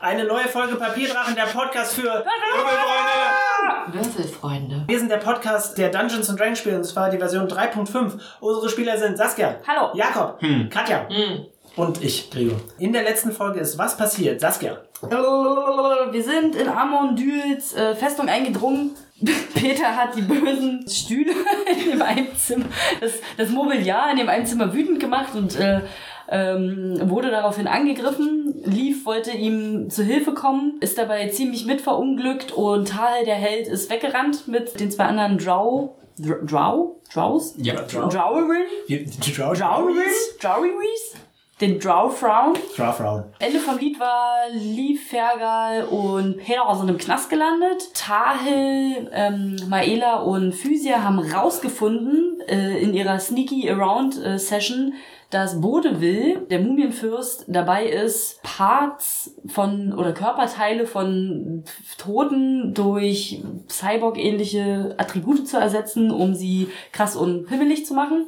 Eine neue Folge Papierdrachen, der Podcast für Würfelfreunde. Wir sind der Podcast der Dungeons and Dragons Spiele und zwar die Version 3.5. Unsere Spieler sind Saskia, Hallo. Jakob, Katja und ich, Gregor. In der letzten Folge ist was passiert? Saskia. Wir sind in Amon Düls äh, Festung eingedrungen. Peter hat die bösen Stühle in dem einen Zimmer, das, das Mobiliar in dem einen Zimmer wütend gemacht und äh, ähm, wurde daraufhin angegriffen. Leaf wollte ihm zu Hilfe kommen, ist dabei ziemlich mitverunglückt und Tal, der Held, ist weggerannt mit den zwei anderen Drow. Dr- Drow? Drows? Ja, Drow. Drowerin? Drowerin? Drow. Droweries? Den Drowfrown? Drow. Ende vom Lied war Lee Fergal und Peter sind im Knast gelandet. Tahil, ähm, Maela und Physia haben rausgefunden äh, in ihrer Sneaky Around äh, Session, dass Bodeville, der Mumienfürst, dabei ist, Parts von oder Körperteile von Toten durch Cyborg-ähnliche Attribute zu ersetzen, um sie krass und himmelig zu machen.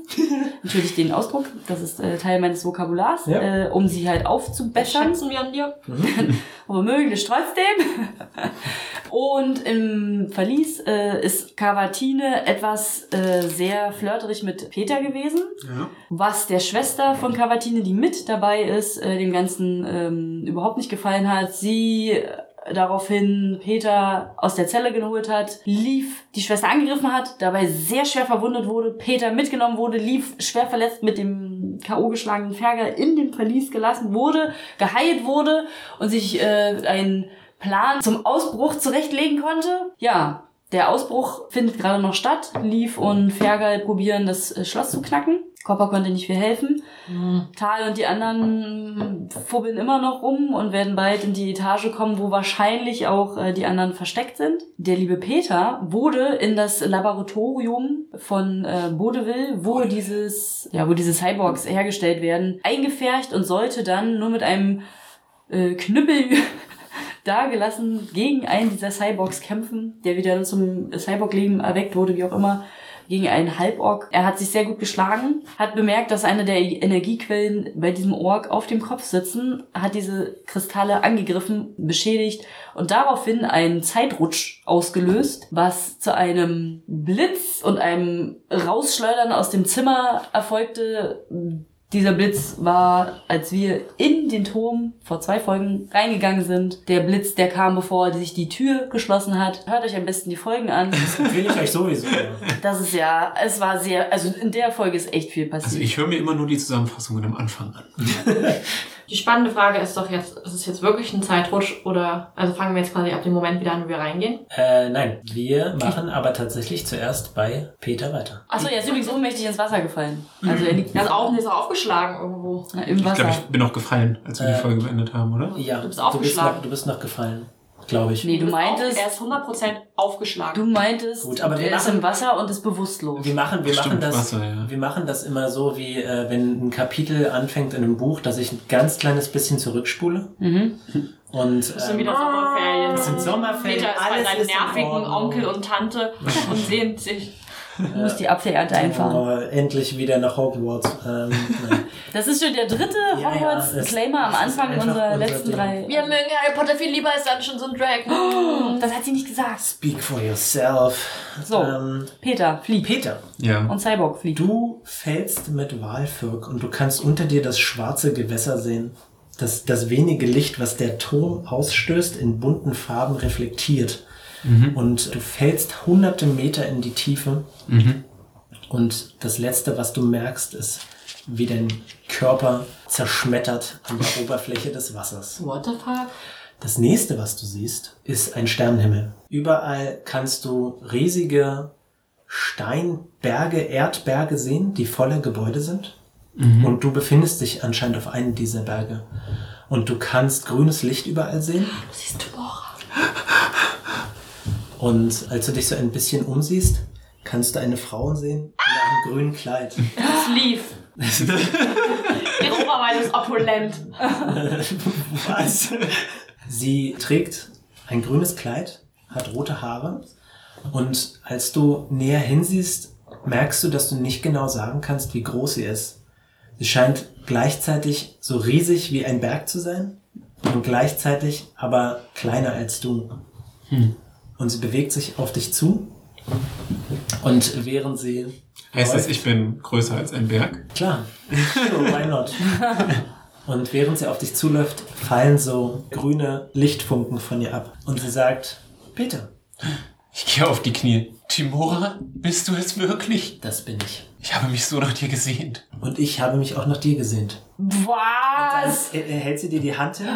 Natürlich den Ausdruck, das ist äh, Teil meines Vokabulars, Ja. äh, um sie halt aufzubessern. Schätzen wir an dir. Aber möglichst trotzdem. Und im Verlies äh, ist Cavatine etwas äh, sehr flirterig mit Peter gewesen, was der Schwester von Cavatine, die mit dabei ist, äh, dem Ganzen ähm, überhaupt nicht gefallen hat. Sie äh, daraufhin Peter aus der Zelle geholt hat, Lief die Schwester angegriffen hat, dabei sehr schwer verwundet wurde, Peter mitgenommen wurde, Lief schwer verletzt mit dem K.O. geschlagenen Ferger in den Verlies gelassen wurde, geheilt wurde und sich äh, ein Plan zum Ausbruch zurechtlegen konnte. Ja, der Ausbruch findet gerade noch statt. Leaf und Fergal probieren, das äh, Schloss zu knacken. Copper konnte nicht viel helfen. Tal und die anderen fubbeln immer noch rum und werden bald in die Etage kommen, wo wahrscheinlich auch äh, die anderen versteckt sind. Der liebe Peter wurde in das Laboratorium von äh, Bodeville, wo dieses, ja, wo diese Cyborgs hergestellt werden, eingefercht und sollte dann nur mit einem äh, Knüppel dagelassen gegen einen dieser Cyborgs kämpfen, der wieder zum Cyborg-Leben erweckt wurde, wie auch immer, gegen einen Halborg. Er hat sich sehr gut geschlagen, hat bemerkt, dass eine der Energiequellen bei diesem Org auf dem Kopf sitzen, hat diese Kristalle angegriffen, beschädigt und daraufhin einen Zeitrutsch ausgelöst, was zu einem Blitz und einem Rausschleudern aus dem Zimmer erfolgte, dieser Blitz war, als wir in den Turm vor zwei Folgen reingegangen sind. Der Blitz, der kam, bevor sich die Tür geschlossen hat. Hört euch am besten die Folgen an. Will ich euch sowieso. Das ist ja, es war sehr, also in der Folge ist echt viel Also passiert. ich höre mir immer nur die Zusammenfassungen am Anfang an. Die spannende Frage ist doch jetzt, ist es jetzt wirklich ein Zeitrutsch oder, also fangen wir jetzt quasi ab dem Moment wieder an, wo wir reingehen? äh, nein, wir machen aber tatsächlich zuerst bei Peter weiter. Achso, er ist übrigens ohnmächtig ins Wasser gefallen. Mhm. Also er liegt Er ist, auf, er ist aufgeschlagen irgendwo. na, im Ich glaube, Wasser. ich bin auch gefallen, als wir Äh. die Folge beendet haben, oder? Ja, Du bist bist aufgeschlagen. noch, du bist noch gefallen, glaube ich. Nee, du Er ist meintest, Auf, er ist 100% aufgeschlagen. du meintest, Gut, aber wir er ist machen- im Wasser und ist bewusstlos. Wir machen, wir machen Stimmt, das, Wasser, ja. wir machen das immer so, wie äh, wenn ein Kapitel anfängt in einem Buch, dass ich ein ganz kleines bisschen zurückspule Mhm. und Es sind ähm, wieder Sommerferien. es sind Sommerferien, Peter ist alles bei seinen ist in nervigen Ordnung. Onkel und Tante und sehnt sich. Du musst die Apfelernte einfahren. oh, endlich wieder nach Hogwarts. Ähm, nein. Das ist schon der dritte ja, Hogwarts-Disclaimer am es- es ist Anfang einfach unserer unser letzten Ding. drei. Oh, Wir mögen Harry Potter viel lieber als Dungeons and Dragons. Das hat sie nicht gesagt. Speak for yourself. So. Ähm, Peter, flieg. Peter, Ja. Und Cyborg fliegt. du fällst mit Walfirk und du kannst unter dir das schwarze Gewässer sehen. Das, das wenige Licht, was der Turm ausstößt, in bunten Farben reflektiert. Und du fällst hunderte Meter in die Tiefe. Und das Letzte, was du merkst, ist, wie dein Körper zerschmettert an der Oberfläche des Wassers. What the fuck? Das nächste, was du siehst, ist ein Sternenhimmel. Überall kannst du riesige Steinberge, Erdberge sehen, die voller Gebäude sind. Und du befindest dich anscheinend auf einem dieser Berge. Und du kannst grünes Licht überall sehen. Du siehst Tumora. Und als du dich so ein bisschen umsiehst, kannst du eine Frau sehen in einem grünen Kleid. Das lief. Ihre Oberweite ist opulent. Was? Sie trägt ein grünes Kleid, hat rote Haare und als du näher hinsiehst, merkst du, dass du nicht genau sagen kannst, wie groß sie ist. Sie scheint gleichzeitig so riesig wie ein Berg zu sein und gleichzeitig aber kleiner als du. Hm. Und sie bewegt sich auf dich zu. Und während sie. Heißt das, läuft- ich bin größer als ein Berg? Klar. So, why not? Und während sie auf dich zuläuft, fallen so grüne Lichtfunken von ihr ab. Und sie sagt, Peter, Ich gehe auf die Knie. Timora, bist du es wirklich? das bin ich. Ich habe mich so nach dir gesehnt. Und ich habe mich auch nach dir gesehnt. Was? Dann h- hält sie dir die Hand hin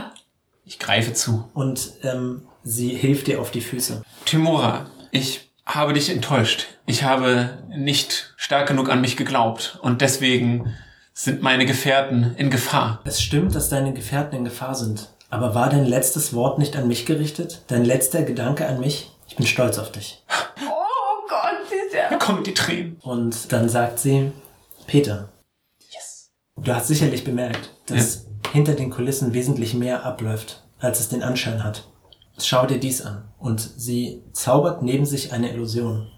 Ich greife zu. und ähm, sie hilft dir auf die Füße. Timora, ich habe dich enttäuscht. Ich habe nicht stark genug an mich geglaubt. Und deswegen sind meine Gefährten in Gefahr. Es stimmt, dass deine Gefährten in Gefahr sind. Aber war dein letztes Wort nicht an mich gerichtet? Dein letzter Gedanke an mich? Ich bin stolz auf dich. Oh Gott, sie ist ja. Da kommen die Tränen. Und dann sagt sie, Peter, Yes. du hast sicherlich bemerkt, dass hinter den Kulissen wesentlich mehr abläuft, als es den Anschein hat. Schau dir dies an. Und sie zaubert neben sich eine Illusion.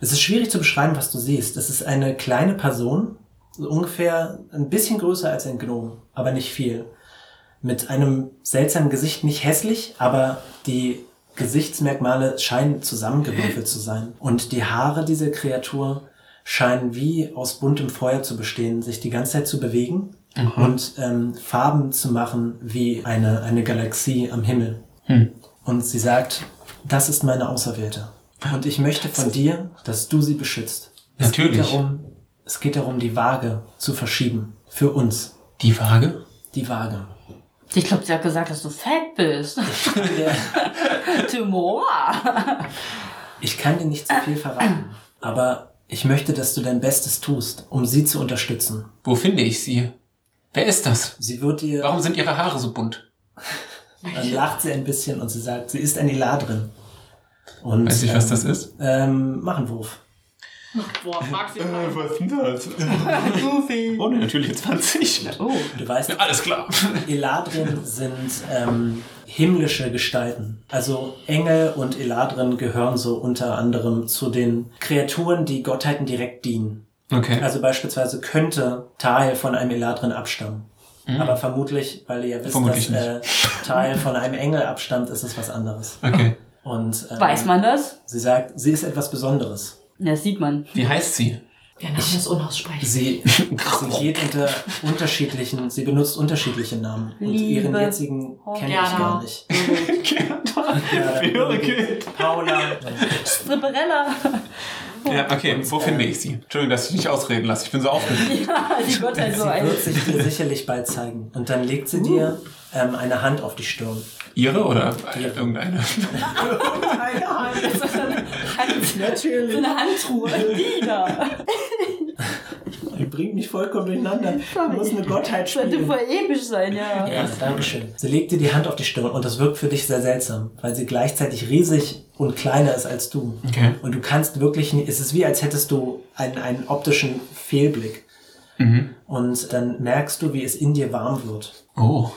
Es ist schwierig zu beschreiben, was du siehst. Es ist eine kleine Person, so ungefähr ein bisschen größer als ein Gnom, aber nicht viel. Mit einem seltsamen Gesicht, nicht hässlich, aber die Gesichtsmerkmale scheinen zusammengewürfelt zu sein. Und die Haare dieser Kreatur scheinen wie aus buntem Feuer zu bestehen, sich die ganze Zeit zu bewegen und ähm, Farben zu machen wie eine, eine Galaxie am Himmel. Und sie sagt, das ist meine Auserwählte. Und ich möchte von dir, dass du sie beschützt. Es geht Natürlich. darum, es geht darum die Waage zu verschieben. Für uns. Die Waage? Die Waage. Ich glaube, sie hat gesagt, dass du fett bist. Timora. Ich kann dir nicht zu viel verraten, aber ich möchte, dass du dein Bestes tust, um sie zu unterstützen. Wo finde ich sie? Wer ist das? Sie wird dir, Warum sind ihre Haare so bunt? dann lacht sie ein bisschen und sie sagt, sie ist ein Eladrin. Und, Weiß ich, was das ist? Ähm, mach einen Wurf. Boah, mag sie mal. was ist denn das? Ohne natürliche 20. Oh. Du weißt, Ja, alles klar. Eladrin sind ähm, himmlische Gestalten. Also Engel und Eladrin gehören so unter anderem zu den Kreaturen, die Gottheiten direkt dienen. Okay. Also beispielsweise könnte Tael von einem Eladrin abstammen. Aber vermutlich, weil ihr ja wisst, Vermutlich dass äh, Tael von einem Engel abstammt, ist es was anderes. okay. Und ähm, Weiß man das? sie sagt, sie ist etwas Besonderes. Na, Das sieht man. Wie heißt sie? Der Name ist unaussprechlich. Sie, sie geht unter unterschiedlichen, sie benutzt unterschiedliche Namen. Und ihren Liebe Oh, jetzigen kenne ich Gerda. gar nicht. Birgit. Paula. Stripperella. Ja, okay. Wo finde äh, ich sie? Entschuldigung, dass ich dich nicht ausreden lasse. Ich bin so aufgeregt. Die wird halt so Sie ein. Uh. wird sich dir sicherlich bald zeigen. Und dann legt sie dir ähm, eine Hand auf die Stirn. Ihre oder irgendeine? Natürlich. So eine Handtruhe. Die da. Die bringt mich vollkommen durcheinander. Du musst eine Gottheit Könnte voll episch sein, ja. Ja, Dankeschön. Sie legt dir die Hand auf die Stirn und das wirkt für dich sehr seltsam, weil sie gleichzeitig riesig und kleiner ist als du. Okay. Und du kannst wirklich, nie- es ist wie, als hättest du einen, einen optischen Fehlblick. Und dann merkst du, wie es in dir warm wird. Oh.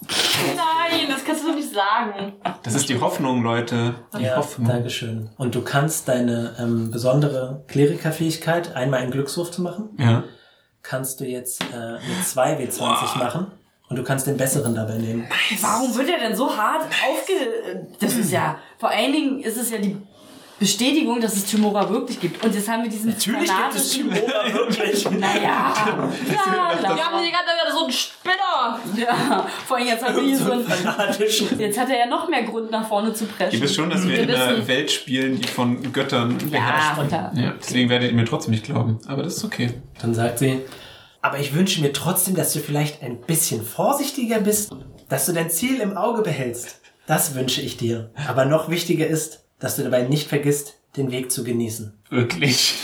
Nein, das kannst du doch nicht sagen. Das ist die Hoffnung, Leute. Die Ja, Hoffnung. Dankeschön. Und du kannst deine ähm, besondere Klerikerfähigkeit, einmal einen Glückswurf zu machen, Ja. kannst du jetzt äh, mit 2 W20 machen und du kannst den besseren dabei nehmen. Warum wird er denn so hart aufge... Das ist ja... Vor allen Dingen ist es ja die Bestätigung, dass es Timora wirklich gibt. Und jetzt haben wir diesen Natürlich gibt es fanatischen- Timora wirklich. Naja. Ja, Wir haben klar. die ganze Zeit wieder so einen Spinner. Ja, vor allem jetzt hat er hier so ein... Fanatischen. Jetzt hat er ja noch mehr Grund, nach vorne zu preschen. Ihr wisst schon, dass wir, Wir in einer wissen. Welt spielen, die von Göttern Ja, beherrscht wird. runter. Ja, deswegen werdet ihr mir trotzdem nicht glauben. Aber das ist okay. Dann sagt sie, aber ich wünsche mir trotzdem, dass du vielleicht ein bisschen vorsichtiger bist, dass du dein Ziel im Auge behältst. Das wünsche ich dir. Aber noch wichtiger ist, dass du dabei nicht vergisst, den Weg zu genießen. Wirklich.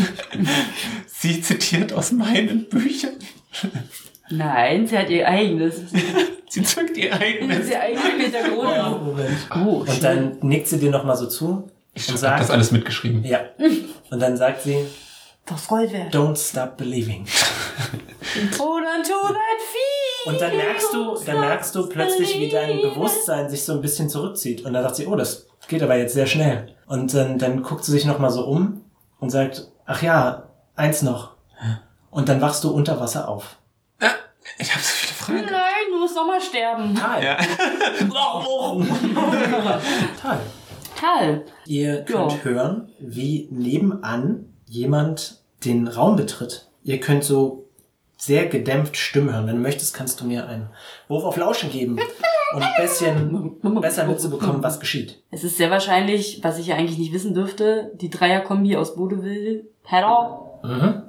Sie zitiert aus meinen Büchern. Nein, sie hat ihr eigenes. Sie zückt ihr Sie hat eigenes. ihr eigenes Hintergrund. Oh, Und dann nickt sie dir nochmal so zu und Ich habe das sagt, alles mitgeschrieben. ja. Und dann sagt sie, Das Gold wert. Don't stop believing. Oh, dann tu that viel. Und dann merkst du, dann merkst du plötzlich, wie dein Bewusstsein sich so ein bisschen zurückzieht. Und dann sagt sie, oh, das geht aber jetzt sehr schnell. Und dann, dann guckt sie sich nochmal so um und sagt, ach ja, eins noch. Und dann wachst du unter Wasser auf. Ich habe so viele Fragen. Nein, du musst nochmal sterben. Tal. Ja. Tal. Tal. Ihr könnt Ja. hören, wie nebenan jemand den Raum betritt. Ihr könnt so sehr gedämpft Stimmen hören. Wenn du möchtest, kannst du mir einen Wurf auf Lauschen geben, um ein bisschen besser mitzubekommen, was geschieht. Es ist sehr wahrscheinlich, was ich ja eigentlich nicht wissen dürfte, die Dreierkombi aus Bodeville. Pedal. Mhm.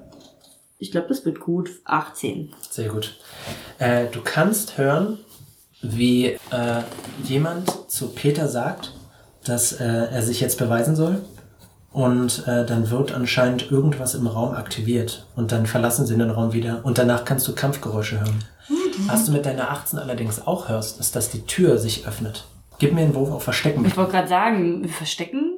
Ich glaube, das wird gut. 18. Sehr gut. Äh, du kannst hören, wie äh, jemand zu Peter sagt, dass äh, er sich jetzt beweisen soll. Und äh, dann wird anscheinend irgendwas im Raum aktiviert. Und dann verlassen sie den Raum wieder. Und danach kannst du Kampfgeräusche hören. Was du mit deiner 18 allerdings auch hörst, ist, dass die Tür sich öffnet. Gib mir einen Wurf auf Verstecken. Ich wollte gerade sagen, wir verstecken.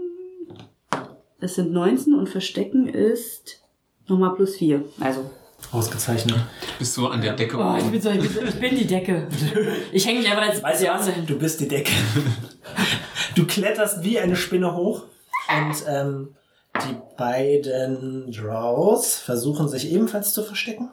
Das sind 19 und verstecken ist nochmal plus 4. Also. Ausgezeichnet. Bist so an der Decke Oh, ich oben. bin so, ich bin, ich bin die Decke. Ich hänge mich einfach als Weißt du was? Du bist die Decke. Du kletterst wie eine Spinne hoch und ähm, die beiden Draws versuchen sich ebenfalls zu verstecken.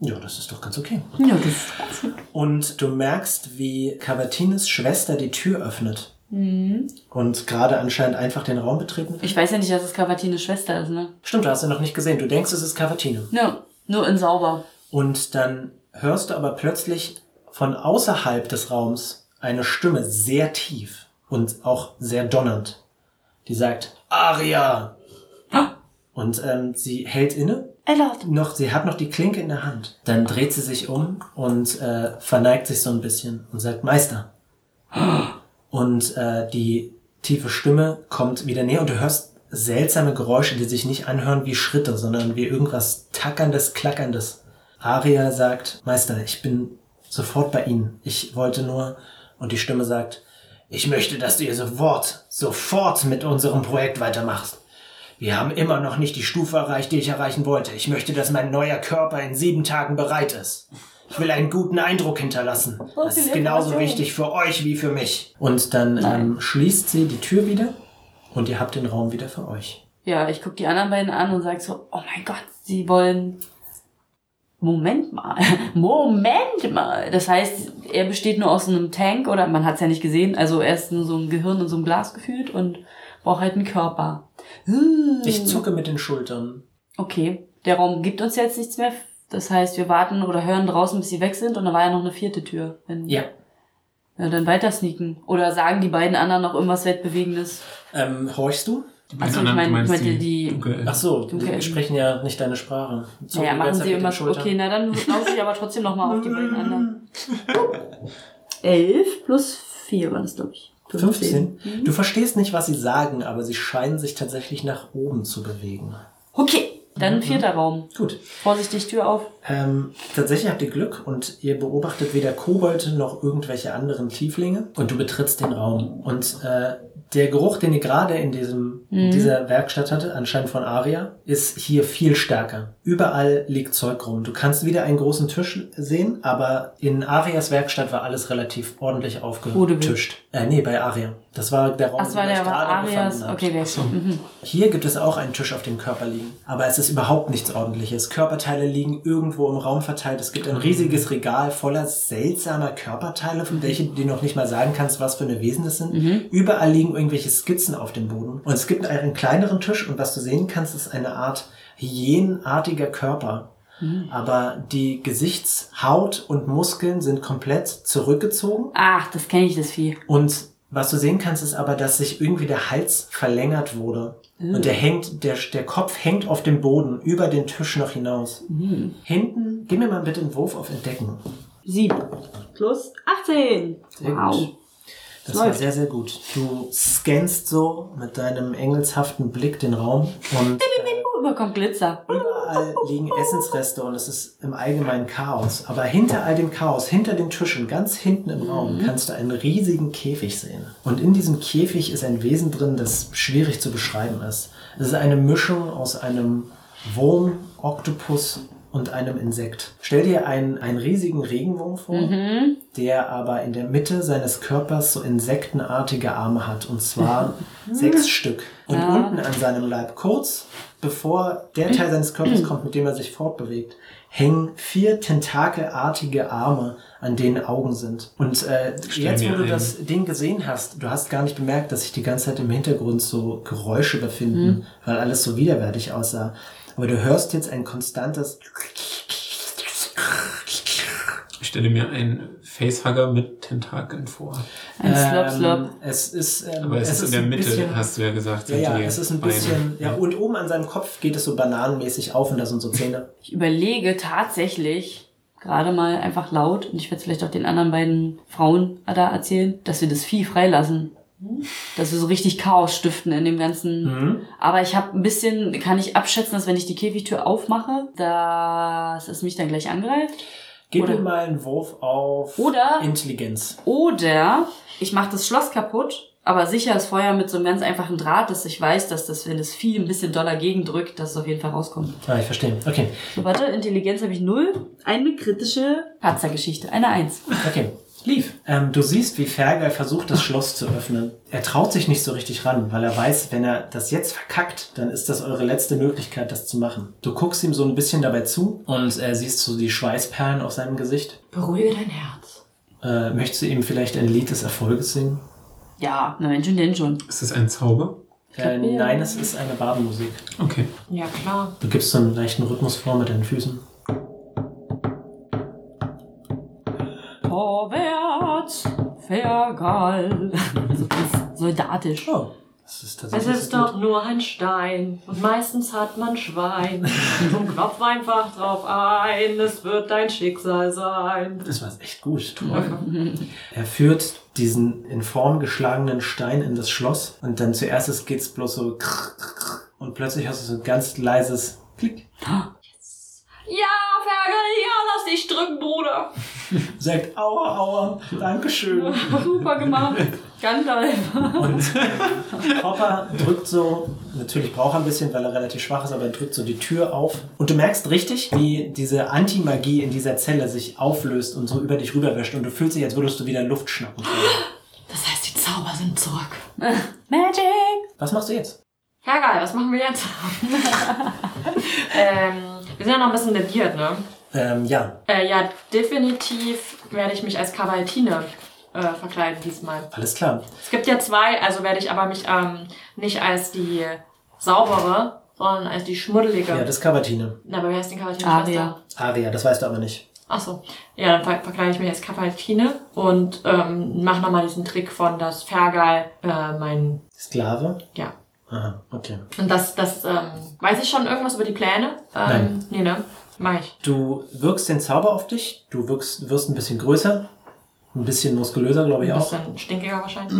Ja, das ist doch ganz okay. Ja, das. Und du merkst, wie Cavatines Schwester die Tür öffnet und gerade anscheinend einfach den Raum betreten will. Ich weiß ja nicht, dass es Cavatines Schwester ist, ne? Stimmt, du hast sie noch nicht gesehen. Du denkst, es ist Cavatine. Ja, nur in sauber. Und dann hörst du aber plötzlich von außerhalb des Raums eine Stimme sehr tief und auch sehr donnernd, die sagt, Aria! Und ähm, sie hält inne, Ella. noch, sie hat noch die Klinke in der Hand. Dann dreht sie sich um und äh, verneigt sich so ein bisschen und sagt, Meister. Und äh, die tiefe Stimme kommt wieder näher und du hörst seltsame Geräusche, die sich nicht anhören wie Schritte, sondern wie irgendwas Tackerndes, Klackerndes. Aria sagt, Meister, ich bin sofort bei Ihnen. Ich wollte nur... Und die Stimme sagt, ich möchte, dass du ihr sofort, sofort mit unserem Projekt weitermachst. Wir haben immer noch nicht die Stufe erreicht, die ich erreichen wollte. Ich möchte, dass mein neuer Körper in sieben Tagen bereit ist. Ich will einen guten Eindruck hinterlassen. Das ist genauso wichtig für euch wie für mich. Und dann ähm, schließt sie die Tür wieder und ihr habt den Raum wieder für euch. Ja, ich guck die anderen beiden an und sag so, oh mein Gott, sie wollen. Moment mal, Moment mal. Das heißt, er besteht nur aus einem Tank oder man hat's ja nicht gesehen. Also er ist nur so ein Gehirn in so einem Glas gefühlt und braucht halt einen Körper. Hm. Ich zucke mit den Schultern. Okay, der Raum gibt uns jetzt nichts mehr. Das heißt, wir warten oder hören draußen, bis sie weg sind und da war ja noch eine vierte Tür. Wenn, Ja. ja. Dann weiter sneaken. Oder sagen die beiden anderen noch irgendwas Weltbewegendes. Ähm, horchst du? Die Achso, ich anderen, mein- du meinst meinte die- dunkel. Ach so, die Okay. sprechen ja nicht deine Sprache. Zucken Naja, die machen sie ganze Zeit halt mit den immer Schultern. Okay, na dann laufe ich aber trotzdem nochmal auf die beiden anderen. 11 plus 4 waren es, glaube ich. 15. Hm. Mhm. Du verstehst nicht, was sie sagen, aber sie scheinen sich tatsächlich nach oben zu bewegen. Okay, Mhm. dann vierter Raum. Gut. Vorsichtig, Tür auf. Ähm, tatsächlich habt ihr Glück und ihr beobachtet weder Kobolde noch irgendwelche anderen Tieflinge und du betrittst den Raum. Und äh, der Geruch, den ihr gerade in diesem, Mhm. in dieser Werkstatt hatte, anscheinend von Aria, ist hier viel stärker. Überall liegt Zeug rum. Du kannst wieder einen großen Tisch sehen, aber in Arias Werkstatt war alles relativ ordentlich Bodewil. aufgetischt. Äh, nee, bei Aria. Das war der Raum, Ach, es war den ihr der euch gerade Arias. befunden habt. Okay, wer ist mhm. Hier gibt es auch einen Tisch auf dem Körper liegen, aber es ist überhaupt nichts ordentliches. Körperteile liegen irgendwo im Raum verteilt. Es gibt ein riesiges Regal voller seltsamer Körperteile, von welchen du dir noch nicht mal sagen kannst, was für eine Wesen das sind. Überall liegen irgendwelche Skizzen auf dem Boden. Und es gibt einen kleineren Tisch und was du sehen kannst, ist eine Art hyänenartiger Körper. Aber die Gesichtshaut und Muskeln sind komplett zurückgezogen Ach, das kenne ich, das Vieh. und was du sehen kannst, ist aber, dass sich irgendwie der Hals verlängert wurde. Und der hängt, der, der Kopf hängt auf dem Boden, über den Tisch noch hinaus. Hm. Hinten, gib mir mal bitte einen Wurf auf Entdecken. 7 plus 18. Sehr wow. gut. Das war läuft. sehr, sehr gut. Du scannst so mit deinem engelshaften Blick den Raum und äh, Oh, überkommt Glitzer. überall liegen Essensreste und es ist im Allgemeinen Chaos. Aber hinter all dem Chaos, hinter den Tischen, ganz hinten im Raum, kannst du einen riesigen Käfig sehen. Und in diesem Käfig ist ein Wesen drin, das schwierig zu beschreiben ist. Es ist eine Mischung aus einem Wurm, Oktopus und einem Insekt. Stell dir einen, einen riesigen Regenwurm vor, Mhm. der aber in der Mitte seines Körpers so insektenartige Arme hat. Und zwar sechs Stück. Und Ah. unten an seinem Leib, kurz bevor der Teil seines Körpers kommt, mit dem er sich fortbewegt, hängen vier tentakelartige Arme, an denen Augen sind. Und äh, Stell jetzt, mir wo du ein. das Ding gesehen hast, du hast gar nicht bemerkt, dass sich die ganze Zeit im Hintergrund so Geräusche befinden, Hm. weil alles so widerwärtig aussah. Aber du hörst jetzt ein konstantes Ich stelle mir einen Facehugger mit Tentakeln vor. Ein Slop, Ähm, Slop. Es ist, ähm, Aber es, ist in der ein Mitte, bisschen, hast du ja gesagt. ja, sind ja, die es ist ein Beine. bisschen, ja, und oben an seinem Kopf geht es so bananenmäßig auf und da sind so Zähne. Ich überlege tatsächlich gerade mal einfach laut, und ich werde es vielleicht auch den anderen beiden Frauen da erzählen, dass wir das Vieh freilassen. Dass wir so richtig Chaos stiften in dem ganzen. Mhm. Aber ich habe ein bisschen, kann ich abschätzen, dass wenn ich die Käfigtür aufmache, dass es mich dann gleich angreift. Gib Oder- mir mal einen Wurf auf Oder- Intelligenz. Oder ich mache das Schloss kaputt, aber sicher das Feuer mit so einem ganz einfachen Draht, dass ich weiß, dass das, wenn das Vieh ein bisschen doller gegendrückt, dass es auf jeden Fall rauskommt. Ah, ich verstehe. Okay, So, warte, Intelligenz habe ich null. Eine kritische Patzergeschichte. Eine Eins. okay. Lief. Ähm, du siehst, wie Fergal versucht, das Schloss zu öffnen. Er traut sich nicht so richtig ran, weil er weiß, wenn er das jetzt verkackt, dann ist das eure letzte Möglichkeit, das zu machen. Du guckst ihm so ein bisschen dabei zu und äh, siehst so die Schweißperlen auf seinem Gesicht. Beruhige dein Herz. Äh, möchtest du ihm vielleicht ein Lied des Erfolges singen? Ja, na Mensch, und denn schon. Ist das ein Zauber? Äh, glaub, ja. nein, es ist eine Badenmusik. Okay. Ja, klar. Du gibst so einen leichten Rhythmus vor mit deinen Füßen. Vorwärts, Fergal. So ganz soldatisch. Oh, das ist Also Es tatsächlich ist so gut. doch nur ein Stein und meistens hat man Schwein. Und klopf einfach drauf ein, es wird dein Schicksal sein. Das war echt gut. Mhm. Er führt diesen in Form geschlagenen Stein in das Schloss und dann zuerst es geht's bloß so krr, krr, krr. und plötzlich hast du so ein ganz leises Klick. Ja, Fergal, ja, lass dich drücken, Bruder. Sagt aua aua, Dankeschön. Mhm. Super gemacht. Gandalf. Und Hopper drückt so, natürlich braucht er ein bisschen, weil er relativ schwach ist, aber er drückt so die Tür auf. Und du merkst richtig, wie diese Antimagie in dieser Zelle sich auflöst und so über dich rüberwäscht. Und du fühlst dich, als würdest du wieder Luft schnappen. können. Das heißt, die Zauber sind zurück. Magic. Was machst du jetzt? Fergal, was machen wir jetzt? ähm, wir sind ja noch ein bisschen lediert, ne? Ähm, ja, Äh, ja, definitiv werde ich mich als Kavaltine äh, verkleiden diesmal. alles klar. Es gibt ja zwei, also werde ich aber mich ähm, nicht als die saubere, sondern als die schmuddelige. Ja, das Ah, ist Cavatine. Na, aber wer ist denn Kavaltine? Aria. Aria, das weißt du aber nicht. Achso. Ja, dann ver verkleide ich mich als Kavaltine und ähm, mache nochmal diesen Trick von, dass Fergal äh, mein. Sklave? Ja. Aha, okay. Und das, das, ähm, weiß ich schon irgendwas über die Pläne? Ähm, Nein. Nee, ne? Mach ich. Du wirkst den Zauber auf dich. Du wirkst, wirst ein bisschen größer. Ein bisschen muskulöser, glaube ich Ein auch. bisschen stinkiger Mhm. wahrscheinlich.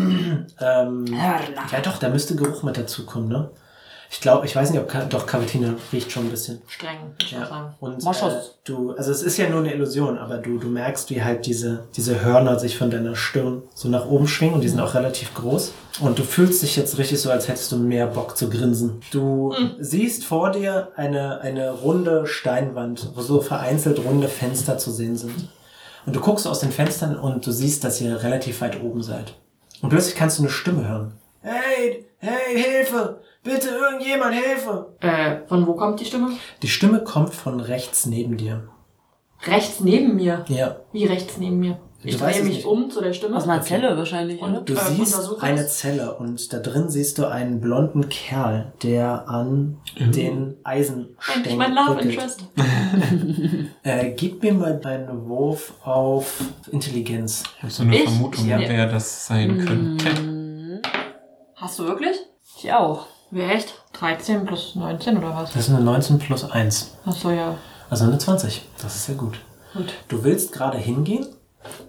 Ähm, Hörner. Ja, doch, da müsste Geruch mit dazukommen, ne? Ich glaube, ich weiß nicht, ob Ka doch Cavatine riecht schon ein bisschen. Streng, muss ich auch Ja. sagen. Und äh, Moschus. du, also es ist ja nur eine Illusion, aber du, du merkst, wie halt diese, diese Hörner sich von deiner Stirn so nach oben schwingen und die sind auch relativ groß. Und du fühlst dich jetzt richtig so, als hättest du mehr Bock zu grinsen. Du siehst vor dir eine, eine runde Steinwand, wo so vereinzelt runde Fenster zu sehen sind. Und du guckst aus den Fenstern und du siehst, dass ihr relativ weit oben seid. Und plötzlich kannst du eine Stimme hören. Hey, hey, Hilfe! Bitte irgendjemand, Hilfe! Äh, von wo kommt die Stimme? Die Stimme kommt von rechts neben dir. Rechts neben mir. Ja. Wie rechts neben mir? Du Ich weißt drehe es mich nicht. um zu der Stimme. Aus einer Zelle wahrscheinlich, oder? Du Äh, siehst untersuch eine es. Zelle und da drin siehst du einen blonden Kerl, der an den Endlich Eisenstängel mein Love rüttelt. Interest. Äh, gib mir mal deinen Wurf auf Intelligenz. Ich habe so eine Ich? Vermutung, Ja. wer das sein könnte. Hast du wirklich? Ich auch. Wer echt? 13 plus 19 oder was? Das ist eine 19 plus 1, Achso, ja. also eine 20. Das ist ja gut. Gut. Du willst gerade hingehen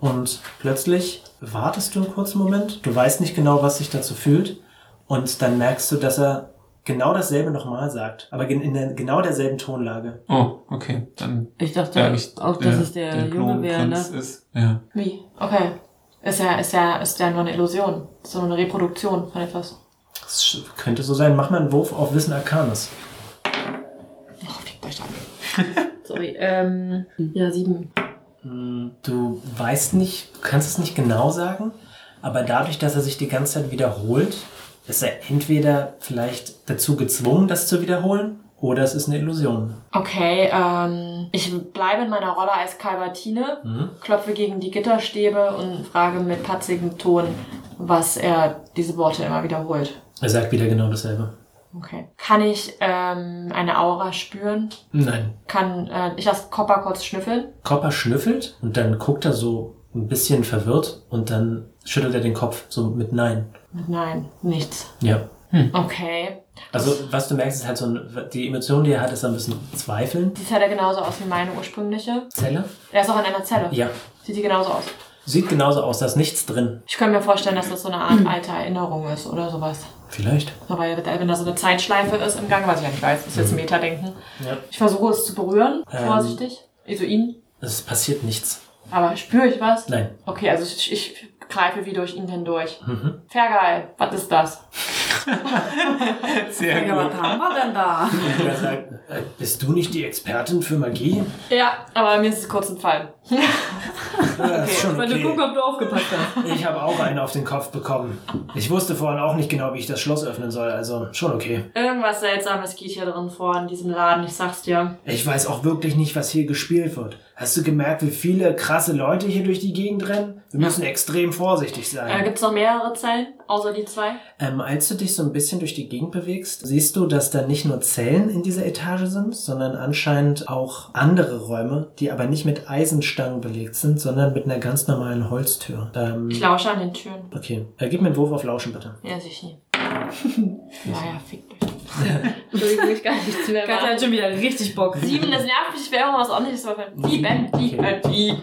und plötzlich wartest du einen kurzen Moment. Du weißt nicht genau, was sich dazu fühlt. Und dann merkst du, dass er genau dasselbe nochmal sagt, aber gen- in der, genau derselben Tonlage. Oh, okay. Dann Ich dachte sage ich, auch, dass äh, es der, Junge wäre, Klonprinz ne? ist. Ja. Wie? Okay. Ist ja, ist ja, ist ja nur eine Illusion. Ist ja nur eine Reproduktion von etwas. Das sch- könnte so sein. Mach mal einen Wurf auf Wissen Arcanis. Oh, fickt euch an. Sorry. Ähm, ja, sieben. Hm, Du weißt nicht, du kannst es nicht genau sagen, aber dadurch, dass er sich die ganze Zeit wiederholt, ist er entweder vielleicht dazu gezwungen, das zu wiederholen, oder es ist eine Illusion. Okay, ähm, ich bleibe in meiner Rolle als Calvatine, klopfe gegen die Gitterstäbe und frage mit patzigem Ton, was er diese Worte immer wiederholt. Er sagt wieder genau dasselbe. Okay. Kann ich ähm, eine Aura spüren? Nein. Kann äh, ich das Kopper kurz schnüffeln? Copper schnüffelt und dann guckt er so ein bisschen verwirrt und dann schüttelt er den Kopf so mit Nein. Nein, nichts. Ja. Okay. Also was du merkst, ist halt so ein, die Emotion, die er hat, ist so ein bisschen Zweifeln. Die Zelle genauso aus wie meine ursprüngliche. Zelle? Er ist auch in einer Zelle. Ja. Sieht die genauso aus. Sieht genauso aus, da ist nichts drin. Ich könnte mir vorstellen, dass das so eine Art alte Erinnerung ist oder sowas. Vielleicht. Aber wenn da so eine Zeitschleife ist im Gang, was ich ja nicht weiß, ist jetzt Meta-Denken. Mhm. Ja. Ich versuche es zu berühren, Ähm. vorsichtig. Also ihn. Es passiert nichts. Aber spüre ich was? Nein. Okay, also ich, ich greife wie durch ihn hindurch. Mhm. Fergal, was ist das? Sehr Ja, was gut. haben wir denn da? Er sagt, äh, bist du nicht die Expertin für Magie? Ja, aber mir ist es kurz entfallen. Ja, ist schon Wenn du guckst, ob du aufgepasst hast. Ich habe auch einen auf den Kopf bekommen. Ich wusste vorhin auch nicht genau, wie ich das Schloss öffnen soll, also schon okay. Irgendwas Seltsames geht hier drin vor in diesem Laden, ich sag's dir. Ich weiß auch wirklich nicht, was hier gespielt wird. Hast du gemerkt, wie viele krasse Leute hier durch die Gegend rennen? Wir müssen extrem vorsichtig Äh, sein. gibt's noch mehrere Zellen, außer die zwei? Ähm, als du dich so ein bisschen durch die Gegend bewegst, siehst du, dass da nicht nur Zellen in dieser Etage sind, sondern anscheinend auch andere Räume, die aber nicht mit Eisenstangen belegt sind, sondern mit einer ganz normalen Holztür. Ähm, Ich lausche an den Türen. okay, äh, gib mir einen Wurf auf Lauschen bitte. Ja, sich nie. naja, fick dich. Entschuldigung, ich kann nichts mehr Katja machen. hat schon wieder richtig Bock. Sieben, das nervt mich, ich will irgendwas ordentliches machen. Sieben, Okay. sieben, sieben.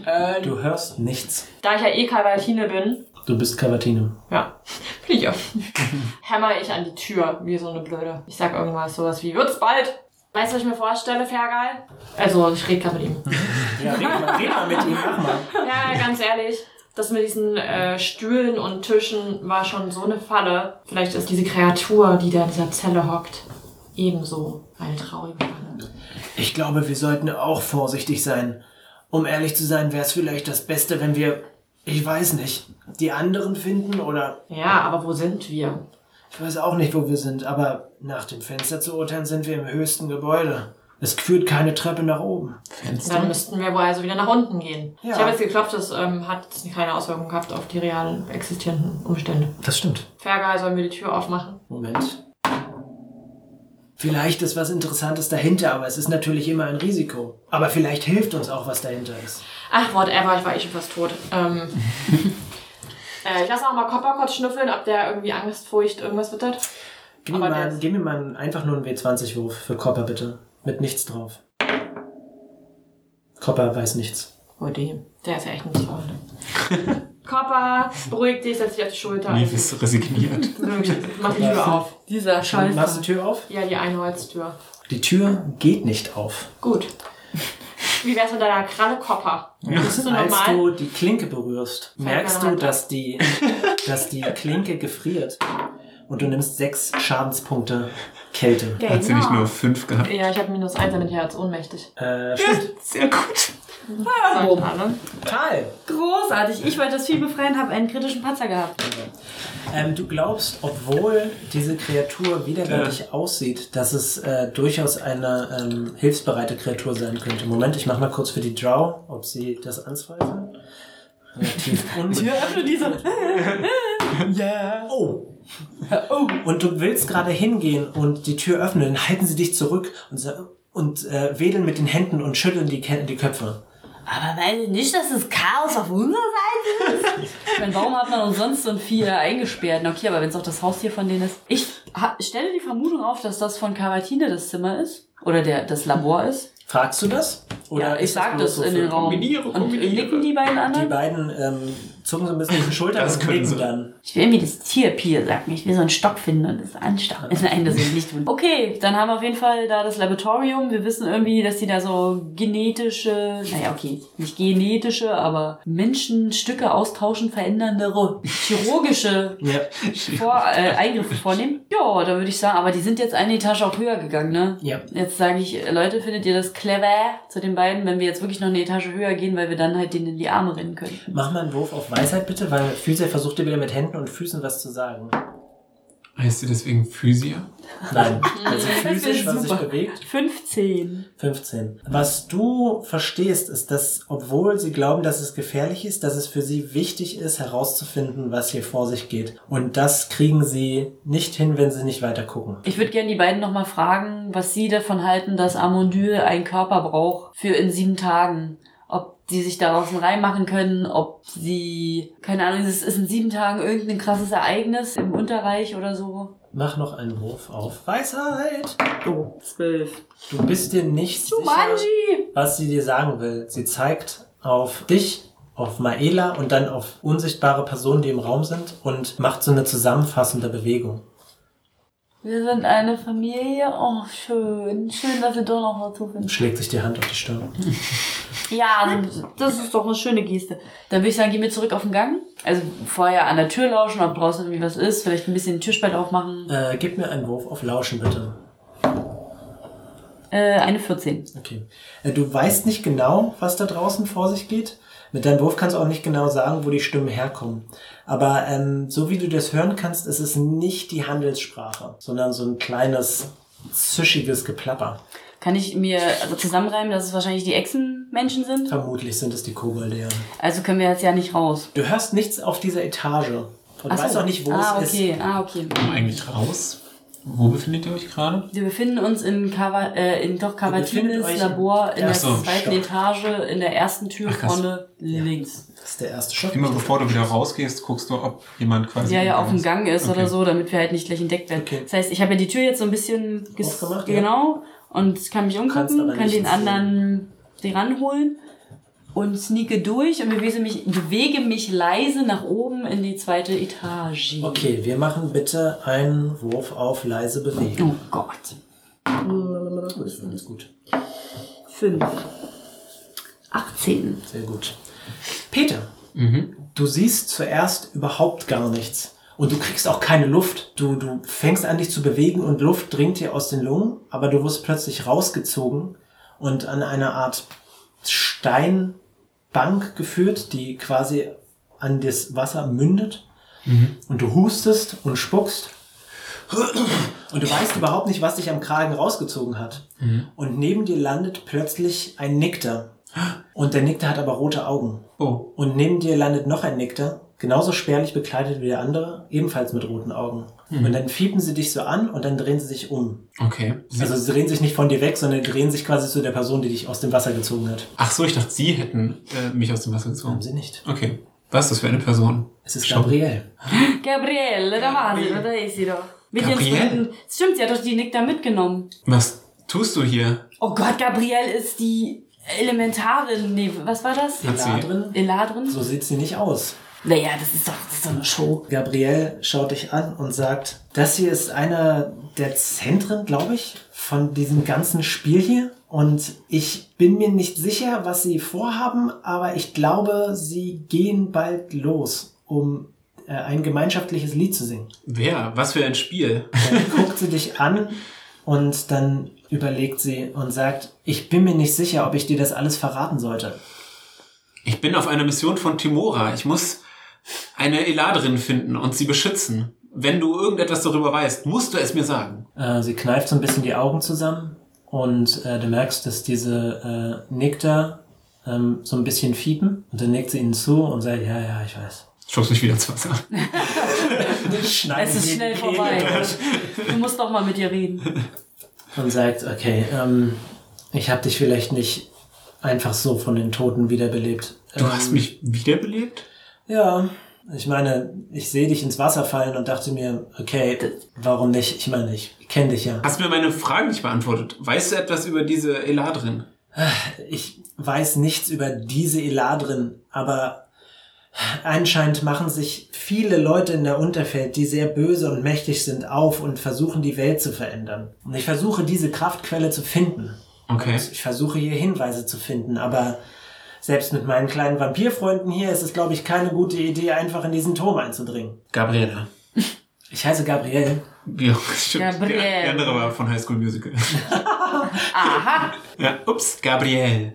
Du hörst nichts. Da ich ja eh Kalvatine bin, Du bist Cavatine. ja, bin ich auch. Hämmer ich an die Tür, wie so eine Blöde. Ich sag irgendwas, sowas wie, wird's bald. Weißt du, was ich mir vorstelle, Fergal? Also, ich rede gerade mit ihm. Ja, red mal, red mal mit ihm, mach mal. Ja, ganz ehrlich, das mit diesen äh, Stühlen und Tischen war schon so eine Falle. Vielleicht ist diese Kreatur, die da in dieser Zelle hockt, ebenso eine traurige Falle. Ich glaube, wir sollten auch vorsichtig sein. Um ehrlich zu sein, wäre es vielleicht das Beste, wenn wir, ich weiß nicht, die anderen finden oder Ja, aber wo sind wir? ich weiß auch nicht, wo wir sind, aber nach dem Fenster zu urteilen, sind wir im höchsten Gebäude. Es führt keine Treppe nach oben. Dann müssten wir wohl also wieder nach unten gehen. Ja. Ich habe jetzt geklopft, das ähm, hat jetzt keine Auswirkung gehabt auf die real existierenden Umstände. Das stimmt. Fergal, sollen wir die Tür aufmachen? Moment. Vielleicht ist was Interessantes dahinter, aber es ist natürlich immer ein Risiko. Aber vielleicht hilft uns auch, was dahinter ist. Ach, whatever, ich war eh schon fast tot. Ähm, äh, ich lasse auch mal Copper kurz schnüffeln, ob der irgendwie Angst, Furcht, irgendwas wittert. Gib mir, Aber mal, das- gib mir mal einen- einfach nur einen W20-Wurf für Copper, bitte. Mit nichts drauf. Copper weiß nichts. Oh, die. Der ist ja echt ein Freund. Körper, beruhig dich, setz dich auf die Schulter. Neve ist resigniert. Wirklich, Mach die Tür auf. Dieser Machst du Scheiß. die Tür auf? Ja, die Einholztür. Die Tür geht nicht auf. Gut. Wie wär's mit deiner Kralle Kopper? Bist du Als normal? du die Klinke berührst, merkst meine du, Hand dass die, dass die Klinke gefriert. Und du nimmst sechs Schadenspunkte Kälte. Genau. Hat sie nicht nur fünf gehabt? Ja, ich habe minus eins, dann bin ich ja jetzt ohnmächtig. Äh, stimmt. Sehr gut. Sagt alle. Karl, Großartig. Ich wollte das Vieh befreien, habe einen kritischen Patzer gehabt. Ähm, du glaubst, obwohl diese Kreatur widerwärtig aussieht, dass es äh, durchaus eine ähm, hilfsbereite Kreatur sein könnte. Moment, ich mach mal kurz für die Drow, ob sie das anzweifeln. Relativ unbekannt. diese. yeah. Oh. oh. Und du willst gerade hingehen und die Tür öffnen, dann halten sie dich zurück und, sa- und äh, wedeln mit den Händen und schütteln die, Kä- die Köpfe. Aber meinst du nicht, dass das Chaos auf unserer Seite ist? ich meine, warum hat man uns sonst so ein Vieh äh, eingesperrt? Na okay, aber wenn es auch das Haustier von denen ist. Ich ha- stelle die Vermutung auf, dass das von Cavatine das Zimmer ist. Oder der, das Labor ist. Fragst du das? ja, ich ist sag bloß das so in für- den Raum. Kombiniere, kombiniere. Und nicken die beiden Die anderen? beiden ähm, zucken so ein bisschen die Schultern Das und können nicken sie. dann. Ich will irgendwie das Tierpier sagen. Ich will so einen Stock finden und es anstachen. Nein, das will ich nicht tun. Okay, dann haben wir auf jeden Fall da das Laboratorium. Wir wissen irgendwie, dass die da so genetische, naja, okay, nicht genetische, aber Menschenstücke austauschen, verändernde, chirurgische Ja. Vor, äh, Eingriffe vornehmen. Ja, da würde ich sagen, aber die sind jetzt eine Etage auch höher gegangen, ne? Ja. Jetzt sage ich, Leute, findet ihr das clever, zu den beiden, wenn wir jetzt wirklich noch eine Etage höher gehen, weil wir dann halt denen in die Arme rennen könnten. Mach mal einen Wurf auf Weisheit bitte, weil Physia versucht dir wieder mit Händen und Füßen was zu sagen. Heißt sie deswegen Physia? Nein. Also Das ist physisch, was sich super. bewegt. 15. 15. Was du verstehst, ist, dass obwohl sie glauben, dass es gefährlich ist, dass es für sie wichtig ist, herauszufinden, was hier vor sich geht. Und das kriegen sie nicht hin, wenn sie nicht weiter gucken. Ich würde gerne die beiden nochmal fragen, was sie davon halten, dass Amondyl einen Körper braucht für in sieben Tagen. Ob sie sich daraus einen Reim machen können, ob sie, keine Ahnung, es ist in sieben Tagen irgendein krasses Ereignis im Unterreich oder so. Mach noch einen Wurf auf Weisheit. Oh, zwölf. Du bist dir nicht sicher, Jumanji! was sie dir sagen will. Sie zeigt auf dich, auf Maela und dann auf unsichtbare Personen, die im Raum sind und macht so eine zusammenfassende Bewegung. Wir sind eine Familie. Oh, schön. Schön, dass ihr doch noch dazu findet. Schlägt sich die Hand auf die Stirn. Ja, das ist doch eine schöne Geste. Dann würde ich sagen, geh mit zurück auf den Gang. Also vorher an der Tür lauschen, ob draußen irgendwie was ist. Vielleicht ein bisschen den Türspalt aufmachen. Äh, gib mir einen Wurf auf Lauschen, bitte. Äh, eine 14. Okay. Äh, Du weißt nicht genau, was da draußen vor sich geht. Mit deinem Wurf kannst du auch nicht genau sagen, wo die Stimmen herkommen. Aber ähm, so wie du das hören kannst, ist es nicht die Handelssprache, sondern so ein kleines zischiges Geplapper. Kann ich mir also zusammenreimen, dass es wahrscheinlich die Echsenmenschen sind? Vermutlich sind es die Kobolde. ja. Also können wir jetzt ja nicht raus. Du hörst nichts auf dieser Etage und Ach so. weißt auch nicht, wo ah, es okay. ist. Ah, okay. Komm eigentlich raus. Wo befindet ihr euch gerade? Wir befinden uns in, Kava, äh, in doch befindet euch Cavatines im Labor in der ersten zweiten Stock. Etage, in der ersten Tür Ach, krass. vorne links. Das ist der erste Schock. Immer bevor du wieder rausgehst, guckst du, ob jemand quasi. Also Ja, ja, gegangen auf dem ist. Gang ist Okay. oder so, damit wir halt nicht gleich entdeckt werden. Okay. Das heißt, ich habe ja die Tür jetzt so ein bisschen ges- Aufgemacht, ja. genau und kann mich kannst umgucken, aber kann nicht den sehen. anderen die ranholen und sneake durch und bewege mich, bewege mich leise nach oben in die zweite Etage. Okay, wir machen bitte einen Wurf auf leise Bewegung. Oh Gott. Das ist gut. 5. 18. Sehr gut. Peter, du siehst zuerst überhaupt gar nichts. Und du kriegst auch keine Luft. Du, du fängst an, dich zu bewegen und Luft dringt dir aus den Lungen, aber du wirst plötzlich rausgezogen und an einer Art Steinbank geführt, die quasi an das Wasser mündet. Und du hustest und spuckst. Und du weißt überhaupt nicht, was dich am Kragen rausgezogen hat. Und neben dir landet plötzlich ein Nickter. Und der Nickter hat aber rote Augen. Oh. Und neben dir landet noch ein Nickter, genauso spärlich bekleidet wie der andere, ebenfalls mit roten Augen. Mhm. Und dann fiepen sie dich so an und dann drehen sie sich um. Okay. Sie, Also sie drehen sich nicht von dir weg, sondern drehen sich quasi zu der Person, die dich aus dem Wasser gezogen hat. ach so, ich dachte, sie hätten äh, mich aus dem Wasser Haben gezogen. sie nicht. Okay. Was ist das für eine Person? Es ist Gabrielle. Gabrielle, da war sie, da ist sie doch. Mit Gabrielle? ihren Freunden. Stimmt, sie hat doch die Nick da mitgenommen. Was tust du hier? Oh Gott, Gabrielle ist die Elementarin. Nee, was war das? Hat sie- Eladrin? Eladrin? So sieht sie nicht aus. Naja, das ist doch, das ist doch eine Show. Gabrielle schaut dich an und sagt, das hier ist einer der Zentren, glaube ich, von diesem ganzen Spiel hier. Und ich bin mir nicht sicher, was sie vorhaben, aber ich glaube, sie gehen bald los, um äh, ein gemeinschaftliches Lied zu singen. Wer? Was für ein Spiel? Dann guckt sie dich an und dann überlegt sie und sagt, ich bin mir nicht sicher, ob ich dir das alles verraten sollte. Ich bin auf einer Mission von Timora. Ich muss eine Eladrin finden und sie beschützen. Wenn du irgendetwas darüber weißt, musst du es mir sagen. Äh, sie kneift so ein bisschen die Augen zusammen und äh, du merkst, dass diese äh, Nickter ähm, so ein bisschen fiepen und dann nickt sie ihnen zu und sagt, ja, ja, ich weiß. Schubst mich wieder ins Wasser. Es ist schnell vorbei. Du musst doch mal mit ihr reden. Und sagt, okay, ähm, ich habe dich vielleicht nicht einfach so von den Toten wiederbelebt. Du ähm, hast mich wiederbelebt? Ja, ich meine, ich sehe dich ins Wasser fallen und dachte mir, okay, warum nicht? Ich meine, ich kenne dich ja. Hast mir meine Frage nicht beantwortet. Weißt du etwas über diese Eladrin? Ich weiß nichts über diese Eladrin, aber anscheinend machen sich viele Leute in der Unterwelt, die sehr böse und mächtig sind, auf und versuchen die Welt zu verändern. Und ich versuche diese Kraftquelle zu finden. Okay. Ich versuche hier Hinweise zu finden, aber selbst mit meinen kleinen Vampirfreunden hier ist es, glaube ich, keine gute Idee, einfach in diesen Turm einzudringen. Gabriela. Ich heiße Gabrielle. Ja, stimmt. Gabrielle. Der, der andere war von High School Musical. Aha. ja, ups, Gabrielle.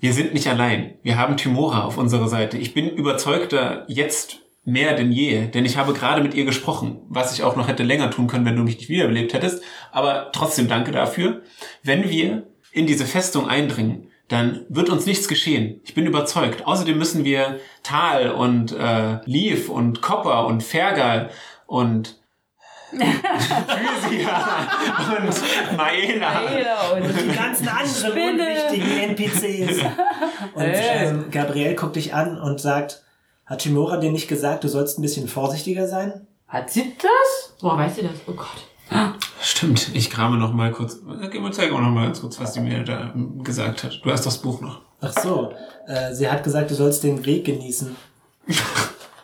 Wir sind nicht allein. Wir haben Timora auf unserer Seite. Ich bin überzeugter jetzt mehr denn je, denn ich habe gerade mit ihr gesprochen, was ich auch noch hätte länger tun können, wenn du mich nicht wiederbelebt hättest. Aber trotzdem danke dafür. Wenn wir in diese Festung eindringen, dann wird uns nichts geschehen. Ich bin überzeugt. Außerdem müssen wir Tal und äh, Lief und Copper und Fergal und Physia und Maela. Ja, und Die ganzen anderen Spinne. Äh. unwichtigen NPCs. Und Ey. ähm, Gabriel guckt dich an und sagt, hat Shimura dir nicht gesagt, du sollst ein bisschen vorsichtiger sein? hat sie das? Boah, weißt du das? Oh Gott. Stimmt, ich krame noch mal kurz. äh, Gib mir zeig auch noch mal ganz kurz, was die mir da mm, gesagt hat. Du hast das Buch noch. Ach so, äh, sie hat gesagt, du sollst den Weg genießen.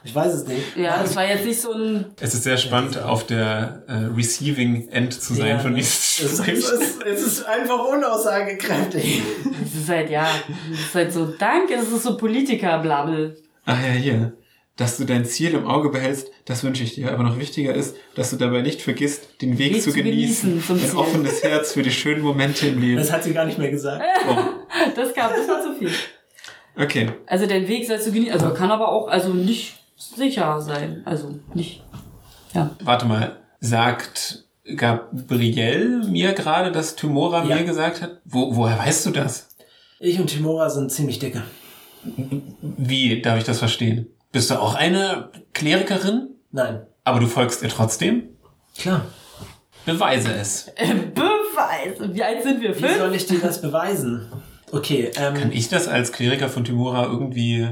Ich weiß es nicht. Ja, das war jetzt nicht so ein. Es ist sehr spannend, auf der äh, Receiving End zu sein Ja, von ne? dieses Es ist, es, Gespräch. ist, es ist einfach unaussagekräftig. Es ist halt, ja, es ist halt so, danke, es ist so Politiker-Blabel. Ach ja, hier. Dass du dein Ziel im Auge behältst, das wünsche ich dir. Aber noch wichtiger ist, dass du dabei nicht vergisst, den Weg, zu genießen. zum Ein Ziel. offenes Herz für die schönen Momente im Leben. Das hat sie gar nicht mehr gesagt. Äh. Oh. Das gab, das war zu viel. Okay. Also den Weg sollst du genießen. Also kann aber auch also nicht sicher sein. Also nicht. Warte mal. Sagt Gabrielle mir gerade, dass Tymora Ja. mir gesagt hat? Wo, woher weißt du das? Ich und Timora sind ziemlich dicke. Wie darf ich das verstehen? Bist du auch eine Klerikerin? Nein. Aber du folgst ihr trotzdem? Klar. Beweise es. Äh. Beweis! Wie alt sind wir? Wie Fünf? soll ich dir das beweisen? Okay, Kann ähm, ich das als Kleriker von Timora irgendwie,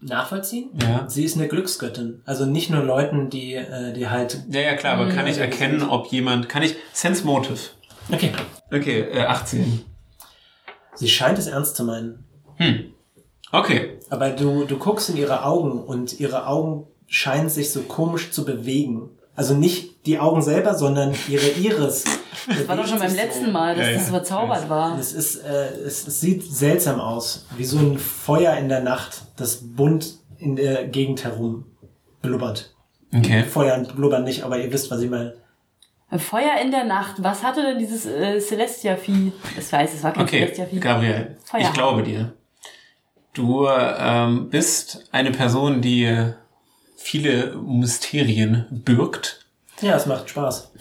nachvollziehen? ja? Sie ist eine Glücksgöttin. Also nicht nur Leuten, die, äh, die halt. Ja, ja, klar, aber kann ich erkennen, ob jemand, kann ich, Sense Motive. Okay. Okay, äh, 18. Sie scheint es ernst zu meinen. Hm. Okay. Aber du, du guckst in ihre Augen und ihre Augen scheinen sich so komisch zu bewegen. Also nicht die Augen selber, sondern ihre Iris. Das war doch schon beim letzten Mal, dass Ja, ja. das verzaubert war. Es, ist, äh, es, es sieht seltsam aus, wie so ein Feuer in der Nacht, das bunt in der Gegend herum blubbert. Okay. Feuer und blubbern nicht, aber ihr wisst, was ich meine. Ein Feuer in der Nacht. Was hatte denn dieses äh, Celestia-Vieh? Ich weiß, es war kein Okay, Celestia-Vieh. Gabriel, Feuer. ich glaube dir. Du ähm, bist eine Person, die viele Mysterien birgt. Ja, es macht Spaß.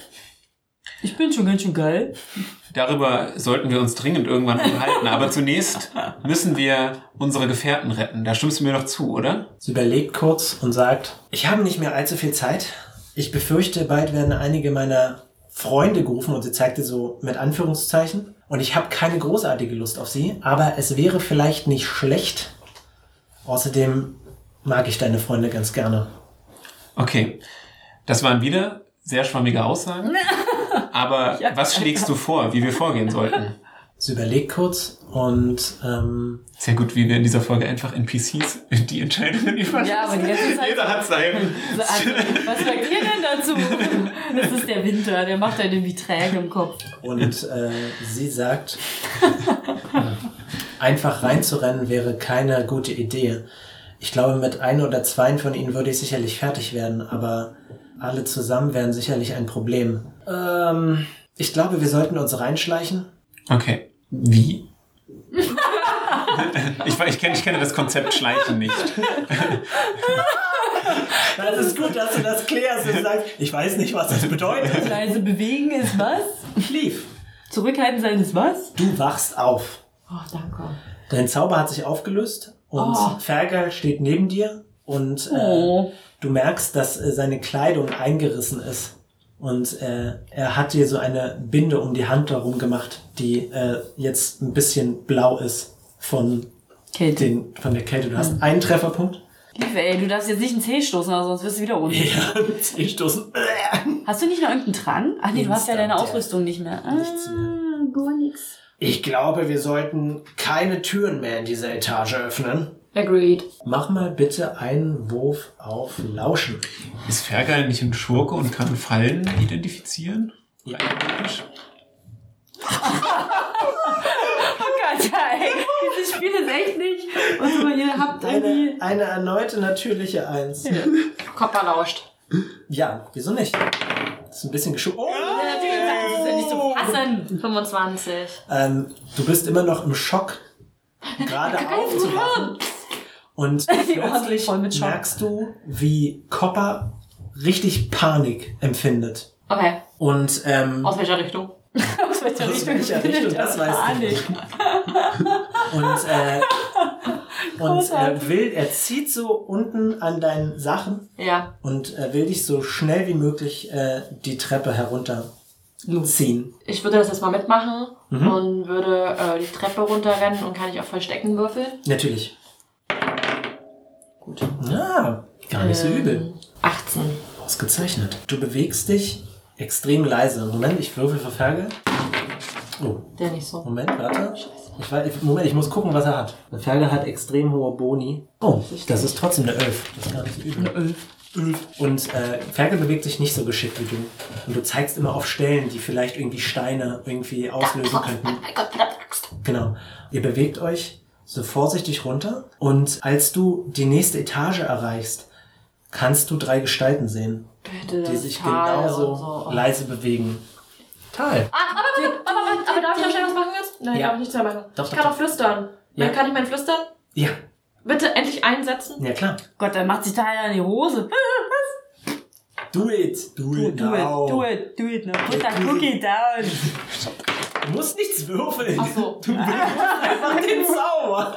Ich bin schon ganz schön geil. Darüber sollten wir uns dringend irgendwann unterhalten. Aber zunächst müssen wir unsere Gefährten retten. Da stimmst du mir doch zu, oder? Sie überlegt kurz und sagt, ich habe nicht mehr allzu viel Zeit. Ich befürchte, bald werden einige meiner Freunde gerufen und sie zeigte so mit Anführungszeichen. Und ich habe keine großartige Lust auf sie, aber es wäre vielleicht nicht schlecht. Außerdem mag ich deine Freunde ganz gerne. Okay. Das waren wieder sehr schwammige Aussagen. Aber was schlägst du vor, wie wir vorgehen sollten? Sie überlegt kurz und ähm, Sehr gut, wie wir in dieser Folge einfach NPCs die Entscheidungen überlassen. Ja, aber die ganze Zeit- Jeder hat seinen. So, also, Was sagt ihr denn dazu? Das ist der Winter, der macht einen wie träge im Kopf. Und äh, sie sagt, äh, einfach reinzurennen wäre keine gute Idee. Ich glaube, mit ein oder zweien von ihnen würde ich sicherlich fertig werden, aber alle zusammen wären sicherlich ein Problem. Ähm, ich glaube, wir sollten uns reinschleichen. Okay. Wie? ich, ich, kenne, ich kenne das Konzept Schleichen nicht. Das ist gut, dass du das klärst und sagst, ich weiß nicht, was das bedeutet. Leise bewegen ist was? Lief, Zurückhalten sein ist was? du wachst auf. Oh, danke. Dein Zauber hat sich aufgelöst und Fergal steht neben dir und äh, Oh. du merkst, dass äh, seine Kleidung eingerissen ist. Und äh, er hat dir so eine Binde um die Hand darum gemacht, die äh, jetzt ein bisschen blau ist von, Kälte. den, von der Kälte. Du hast einen Trefferpunkt. Liebe, ey, du darfst jetzt nicht einen Zeh stoßen, also sonst wirst du wieder ohne. Ja, zehn Stoßen. Hast du nicht noch irgendeinen Trank? Ach nee, du hast ja deine Instant, ja. Ausrüstung nicht mehr. Ah, Nichts mehr. Gar nix. Ich glaube, wir sollten keine Türen mehr in dieser Etage öffnen. Agreed. Mach mal bitte einen Wurf auf Lauschen. Ist Fergal nicht ein Schurke und kann Fallen identifizieren? Rein theoretisch? Oh Gott, ja, ey, dieses Spiel ist echt nicht. Und so, ihr habt Eine, irgendwie. eine erneute natürliche Eins. Ja, Kopper lauscht. wieso nicht? Ist ein bisschen geschoben. Oh! Ja, natürlich, das ist ja nicht so 13, 25. Ähm, du bist immer noch im Schock, gerade aufzuwachen. Und Die Ohren sind plötzlich voll mit Schock. merkst du, wie Copper richtig Panik empfindet. Okay, Und ähm, Oh. aus welcher Richtung? Aus welcher Aus welcher Richtung, das weißt Ah, du nee. und, äh, und Großartig. äh, will, er zieht so unten an deinen Sachen Ja. und äh, will dich so schnell wie möglich äh, die Treppe herunterziehen. Ich würde das jetzt mal mitmachen Mhm. und würde äh, die Treppe runterrennen und kann ich auch verstecken würfeln. Natürlich. Gut. Ja, gar nicht so Ähm, übel. 18. Ausgezeichnet. Du bewegst dich extrem leise. Moment, ich würfel für Ferge. Oh, Der nicht so. Moment, warte. Ich, war, ich, Moment, ich muss gucken, was er hat. Der Ferge hat extrem hohe Boni. Oh, das ist trotzdem eine Elf. Das ist gar nicht so übel. Eine Elf. Und äh, Ferge bewegt sich nicht so geschickt wie du. Und du zeigst immer auf Stellen, die vielleicht irgendwie Steine irgendwie auslösen könnten. Genau. Ihr bewegt euch so vorsichtig runter und als du die nächste Etage erreichst, kannst du drei Gestalten sehen, Bitte, die sich Tal genauso und so. leise bewegen. Tal. Aber darf ich noch schnell was machen jetzt? Nein, Ja. darf ich nichts mehr machen. Doch, ich doch, kann doch. auch flüstern. Äh, Ja. Kann ich mein Flüstern Ja, bitte endlich einsetzen? ja klar. Gott, dann macht sich da einer in die Hose. Do it. Do Do it it, now. do it, do it. Now put that cookie down. Du musst nichts würfeln. Ach so. Du willst einfach den Zauber.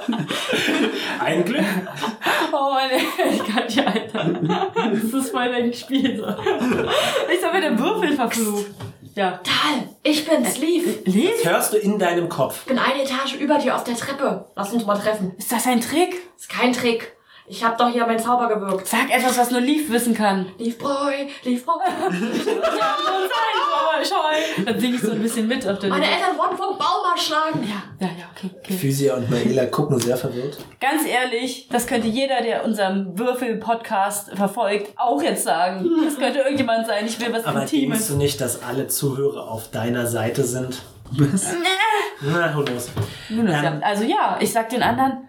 Ein Glück. Oh meine Gott, Alter. Das ist voll dein Spiel. So. Ich habe den Würfel verflucht. Ja. Tal, ich bin's, Leaf. Lies? Das hörst du in deinem Kopf. Ich bin eine Etage über dir auf der Treppe. Lass uns mal treffen. Ist das ein Trick? Ist kein Trick. Ich hab doch hier meinen Zauber gewirkt. Sag etwas, was nur Lief wissen kann. Leaf Boy, Leaf Boy. Ja, so sein, scheu. Dann singe ich so ein bisschen mit auf der Meine Eltern wurden vom Baum erschlagen. Ja, ja, ja, okay, okay. Physia und Maela gucken sehr verwirrt. Ganz ehrlich, das könnte jeder, der unseren Würfel-Podcast verfolgt, auch jetzt sagen. Das könnte irgendjemand sein. Ich will was Aber denkst Intimes. du nicht, dass alle Zuhörer auf deiner Seite sind? Was? Na, hol los. Nun, das Ähm. ja- Also ja, ich sag den anderen,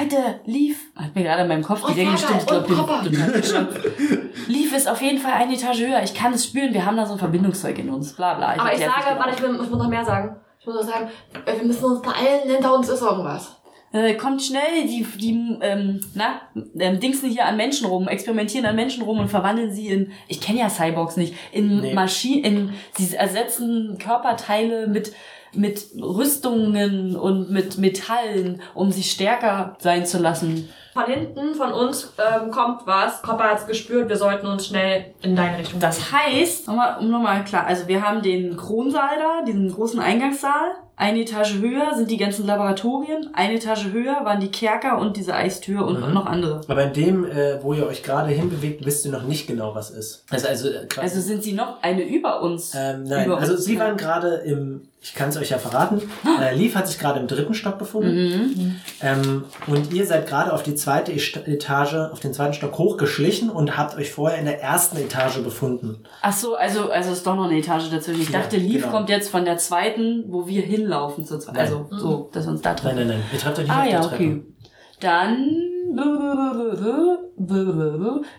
Leute, Leaf, hat mir gerade in meinem Kopf, die Und denken Vater, bestimmt, ich glaube, und bin Oh, Papa. total bescheuert. Leaf ist auf jeden Fall eine Etage höher. Ich kann es spüren, wir haben da so ein Verbindungszeug in uns. Bla bla. Aber ich erklär's sage, nicht warte, ich, will, ich muss noch mehr sagen. Ich muss noch sagen, äh, wir müssen uns beeilen, hinter uns ist irgendwas. genau. äh, kommt schnell, die, die ähm, na, ähm, dingsen hier an Menschen rum, experimentieren an Menschen rum und verwandeln sie in, ich kenne ja Cyborgs nicht, in Nee. Maschinen, in, sie ersetzen Körperteile mit mit Rüstungen und mit Metallen, um sie stärker sein zu lassen. Von hinten, von uns ähm, kommt was. Copper hat's gespürt, wir sollten uns schnell in deine Richtung. Das heißt, nochmal, um nochmal klar, also wir haben den Kronsaal da, diesen großen Eingangssaal. Eine Etage höher sind die ganzen Laboratorien. Eine Etage höher waren die Kerker und diese Eistür und Mhm. noch andere. Aber in dem, äh, wo ihr euch gerade hinbewegt, wisst ihr noch nicht genau, was ist. Also, also, äh, quasi- Also sind sie noch eine über uns. Ähm, nein, Über also uns. sie waren gerade im, ich kann es euch ja verraten, äh, Leaf hat sich gerade im dritten Stock befunden Mhm. ähm, und ihr seid gerade auf die zweite Est- Etage, auf den zweiten Stock hochgeschlichen und habt euch vorher in der ersten Etage befunden. Ach so, also, also ist doch noch eine Etage dazwischen. Ich Ja, dachte, Leaf genau. kommt jetzt von der zweiten, wo wir hinlaufen zur zweiten. Nein. Also, so, dass wir uns da Nein, treffen. nein, nein, ihr trefft euch nicht Ah auf ja, der Treppe. okay. Dann.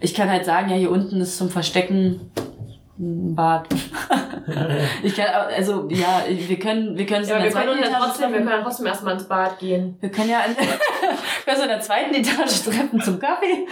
Ich kann halt sagen, ja, hier unten ist zum Verstecken ein Bad. Ich kann, also, ja, wir können, wir können es ja, in der wir können zweiten uns ja Etage trotzdem, wir treffen. können trotzdem erstmal ins Bad gehen. Wir können ja in, wir können uns in der zweiten Etage treffen zum Kaffee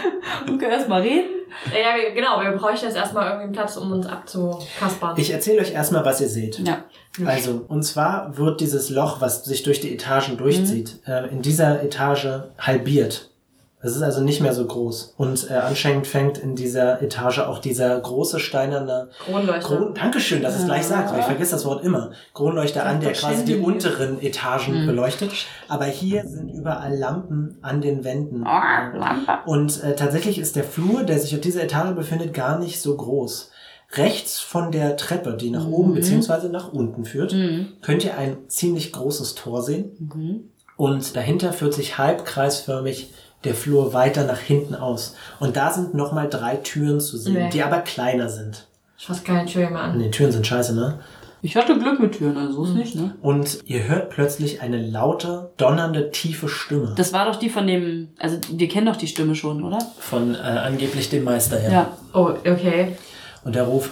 und können erstmal reden. Äh, Ja, wir- genau, wir bräuchten jetzt erstmal irgendwie einen Platz, um uns abzukaspern. Ich erzähle euch erstmal, was ihr seht. Ja. Also, und zwar wird dieses Loch, was sich durch die Etagen durchzieht, Mhm. äh, in dieser Etage halbiert. Es ist also nicht mehr so groß. Und äh, anscheinend fängt in dieser Etage auch dieser große steinerne Kronleuchter. Kron Dankeschön, dass es gleich sagt, weil ich vergesse das Wort immer. Kronleuchter an, der quasi die unteren Etagen beleuchtet. Aber hier sind überall Lampen an den Wänden. Ah. Und äh, tatsächlich ist der Flur, der sich auf dieser Etage befindet, gar nicht so groß. Rechts von der Treppe, die nach oben beziehungsweise nach unten führt, könnt ihr ein ziemlich großes Tor sehen. Und dahinter führt sich halbkreisförmig der Flur weiter nach hinten aus. Und da sind nochmal drei Türen zu sehen, Nee. die aber kleiner sind. Ich fass keine Tür mehr an. Nee, Türen sind scheiße, ne? Ich hatte Glück mit Türen, also so Hm. ist nicht, ne? Und ihr hört plötzlich eine laute, donnernde, tiefe Stimme. Das war doch die von dem, also wir kennen doch die Stimme schon, oder? von äh, angeblich dem Meister her. Ja. Oh, okay. Und er ruft,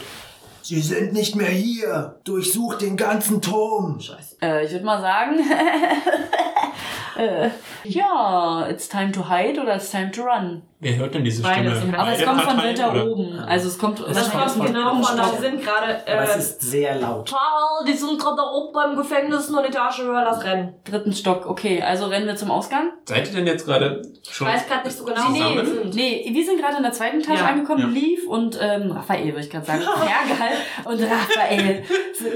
Sie sind nicht mehr hier. Durchsucht den ganzen Turm. Scheiße. Äh, ich würde mal sagen. äh, ja, it's time to hide oder it's time to run. Wer hört denn diese Beides. Stimme? Aber es Beide kommt von Parteien, wild da oder? oben. Also es kommt Das kommt genau von da. Wir sind gerade. Aber es Äh, ist sehr laut. Paul, die sind gerade da oben beim Gefängnis, nur eine Etage höher, lass rennen. dritten Stock. Okay, also rennen wir zum Ausgang. Seid ihr denn jetzt gerade schon? Weiß grad nicht so genau, zusammen? wo wir sind. Nee, wir sind gerade in der zweiten Etage Ja. angekommen, Ja. Lief und ähm, Raphael, würde ich gerade sagen. Fergal und Raphael. Ja,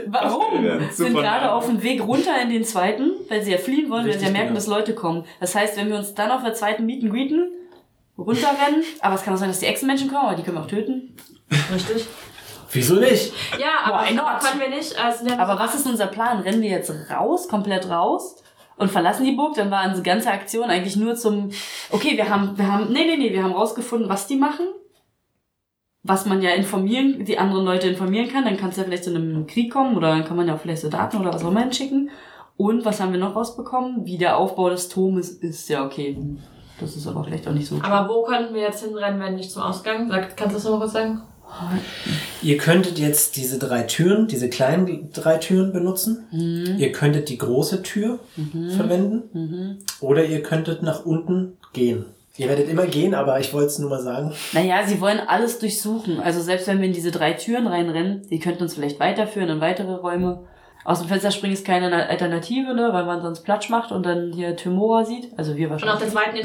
Warum? super Sind gerade Name. auf dem Weg runter in den zweiten, weil sie ja fliehen wollen, weil Richtig, sie ja merken, genau. dass Leute kommen. Das heißt, wenn wir uns dann auf der zweiten mieten, greeten, runterrennen, aber es kann auch sein, dass die Echsenmenschen kommen, aber die können wir auch töten. Richtig. Wieso nicht? Ja, aber Why not? können wir Äh, nicht. Also, wir haben Aber was ist unser Plan? Rennen wir jetzt raus, komplett raus und verlassen die Burg? Dann war unsere ganze Aktion eigentlich nur zum, okay, wir haben, wir haben, nee, nee, nee, wir haben rausgefunden, was die machen. Was man ja informieren, die anderen Leute informieren kann, dann kann es ja vielleicht zu einem Krieg kommen oder dann kann man ja auch vielleicht so Daten oder was auch immer hinschicken. Und was haben wir noch rausbekommen? Wie der Aufbau des Turmes ist, ja okay. Das ist aber vielleicht auch nicht so. Aber wo könnten wir jetzt hinrennen, wenn nicht zum Ausgang? Sag, kannst du das nochmal kurz sagen? Ihr könntet jetzt diese drei Türen, diese kleinen drei Türen benutzen. Ihr könntet die große Tür verwenden. Mhm. Oder ihr könntet nach unten gehen. Ihr werdet immer gehen, aber ich wollte es nur mal sagen. Naja, sie wollen alles durchsuchen. Also selbst wenn wir in diese drei Türen reinrennen, die könnten uns vielleicht weiterführen in weitere Räume. Aus dem Fenster springen ist keine Alternative, ne? weil man sonst Platsch macht und dann hier Tymora sieht. Also wir Und auf wahrscheinlich. der zweiten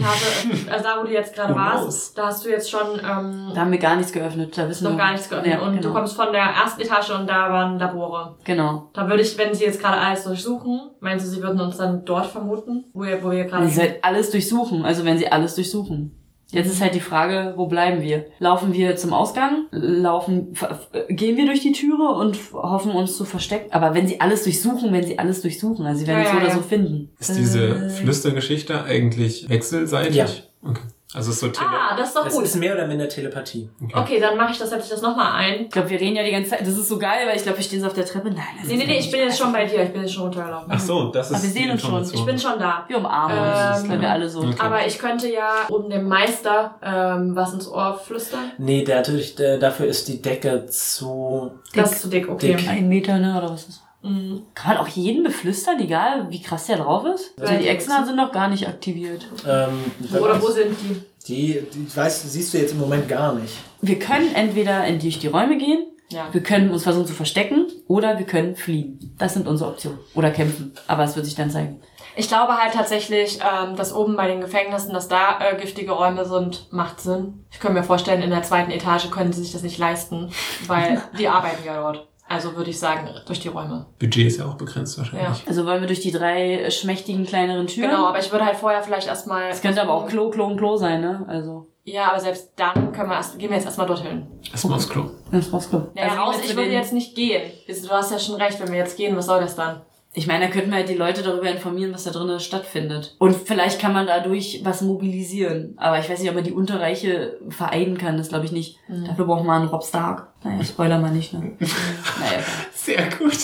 Etage, also da, wo du jetzt gerade warst, da hast du jetzt schon ähm, Da haben wir gar nichts geöffnet, da wissen noch wir gar nichts geöffnet. Ja, und genau. du kommst von der ersten Etage und da waren Labore. Genau. Da würde ich, wenn sie jetzt gerade alles durchsuchen, meinst du, sie würden uns dann dort vermuten, wo wir, wo wir gerade Sie sollten alles durchsuchen, also wenn sie alles durchsuchen. Jetzt ist halt die Frage, wo bleiben wir? Laufen wir zum Ausgang? Laufen, ver- äh, gehen wir durch die Türe und f- hoffen uns zu verstecken? Aber wenn sie alles durchsuchen, wenn sie alles durchsuchen, also sie werden Ja, es so ja, oder ja. so finden. Ist diese Äh, Flüstergeschichte eigentlich wechselseitig? Ja. Okay. Also es ist so Tele Ah, das ist doch Es gut. ist mehr oder minder Telepathie. Okay, dann mache ich das, setze ich das nochmal ein. Ich glaube, wir reden ja die ganze Zeit. Das ist so geil, weil ich glaube, wir stehen so auf der Treppe. Nein, das Nee, ist nee, nee, nicht. ich bin jetzt schon bei dir. Ich bin jetzt schon runtergelaufen. Ach so, das ist Aber wir sehen die uns schon. Information. Ich bin schon da. Wir umarmen uns, Ähm, weil wir alle so. Okay. Aber ich könnte ja oben dem Meister ähm, was ins Ohr flüstern. Nee, dadurch, äh, dafür ist die Decke zu. Das ist zu dick, okay. Dick. Ein Meter, ne? Oder was ist? Mhm. Kann man auch jeden beflüstern, egal wie krass der drauf ist? Ja. Weil die Echsen sind noch gar nicht aktiviert. Ähm, Oder wo sind die? die, die weißt, siehst du jetzt im Moment gar nicht. Wir können entweder in durch die Räume gehen, Ja. wir können uns versuchen zu verstecken oder wir können fliehen. Das sind unsere Optionen. Oder kämpfen. Aber es wird sich dann zeigen. Ich glaube halt tatsächlich, ähm, dass oben bei den Gefängnissen, dass da äh, giftige Räume sind, macht Sinn. Ich könnte mir vorstellen, in der zweiten Etage können sie sich das nicht leisten, weil die arbeiten ja dort. Also würde ich sagen, durch die Räume. Budget ist ja auch begrenzt wahrscheinlich. Also wollen wir durch die drei schmächtigen kleineren Türen. Genau, aber ich würde halt vorher vielleicht erstmal. Es könnte aber auch Klo, Klo und Klo sein, ne? Also. Ja, aber selbst dann können wir erst, gehen wir jetzt erstmal dorthin. Erstmal aufs Klo. Das brauchst du. Naja, Also, raus, wenn wir ich zu würde den- jetzt nicht gehen. Du hast ja schon recht, wenn wir jetzt gehen, was soll das dann? Ich meine, da könnten wir halt die Leute darüber informieren, was da drinnen stattfindet. Und vielleicht kann man dadurch was mobilisieren. Aber ich weiß nicht, ob man die Unterreiche vereinen kann. Das glaube ich nicht. Mhm. Dafür braucht man einen Rob Stark. Naja, Spoiler mal nicht, ne? naja, Sehr gut.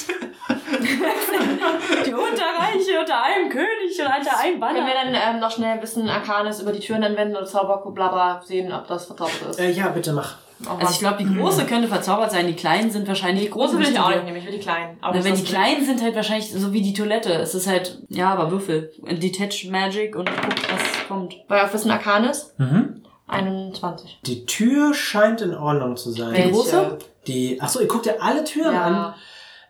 die Unterreiche unter einem König und unter einem Können wir Banner. dann ähm, noch schnell ein bisschen Arcanes über die Türen anwenden und Zauberku blabla sehen, ob das verzaubert ist? Äh, ja, bitte mach. Auch Also ich glaube, die große könnte verzaubert sein. Die kleinen sind wahrscheinlich... Die große will ich auch nicht nicht. nehmen, ich will die kleinen. Aber Na, wenn das die ist- kleinen sind halt wahrscheinlich so wie die Toilette. Es ist halt, ja, aber Würfel. Detached Magic und guckt, was kommt. Bei auf Wissen Arcanes? Mhm. Ah. 21. Die Tür scheint in Ordnung zu sein. Die große? Die, ach so, ihr guckt ja alle Türen an. Ja.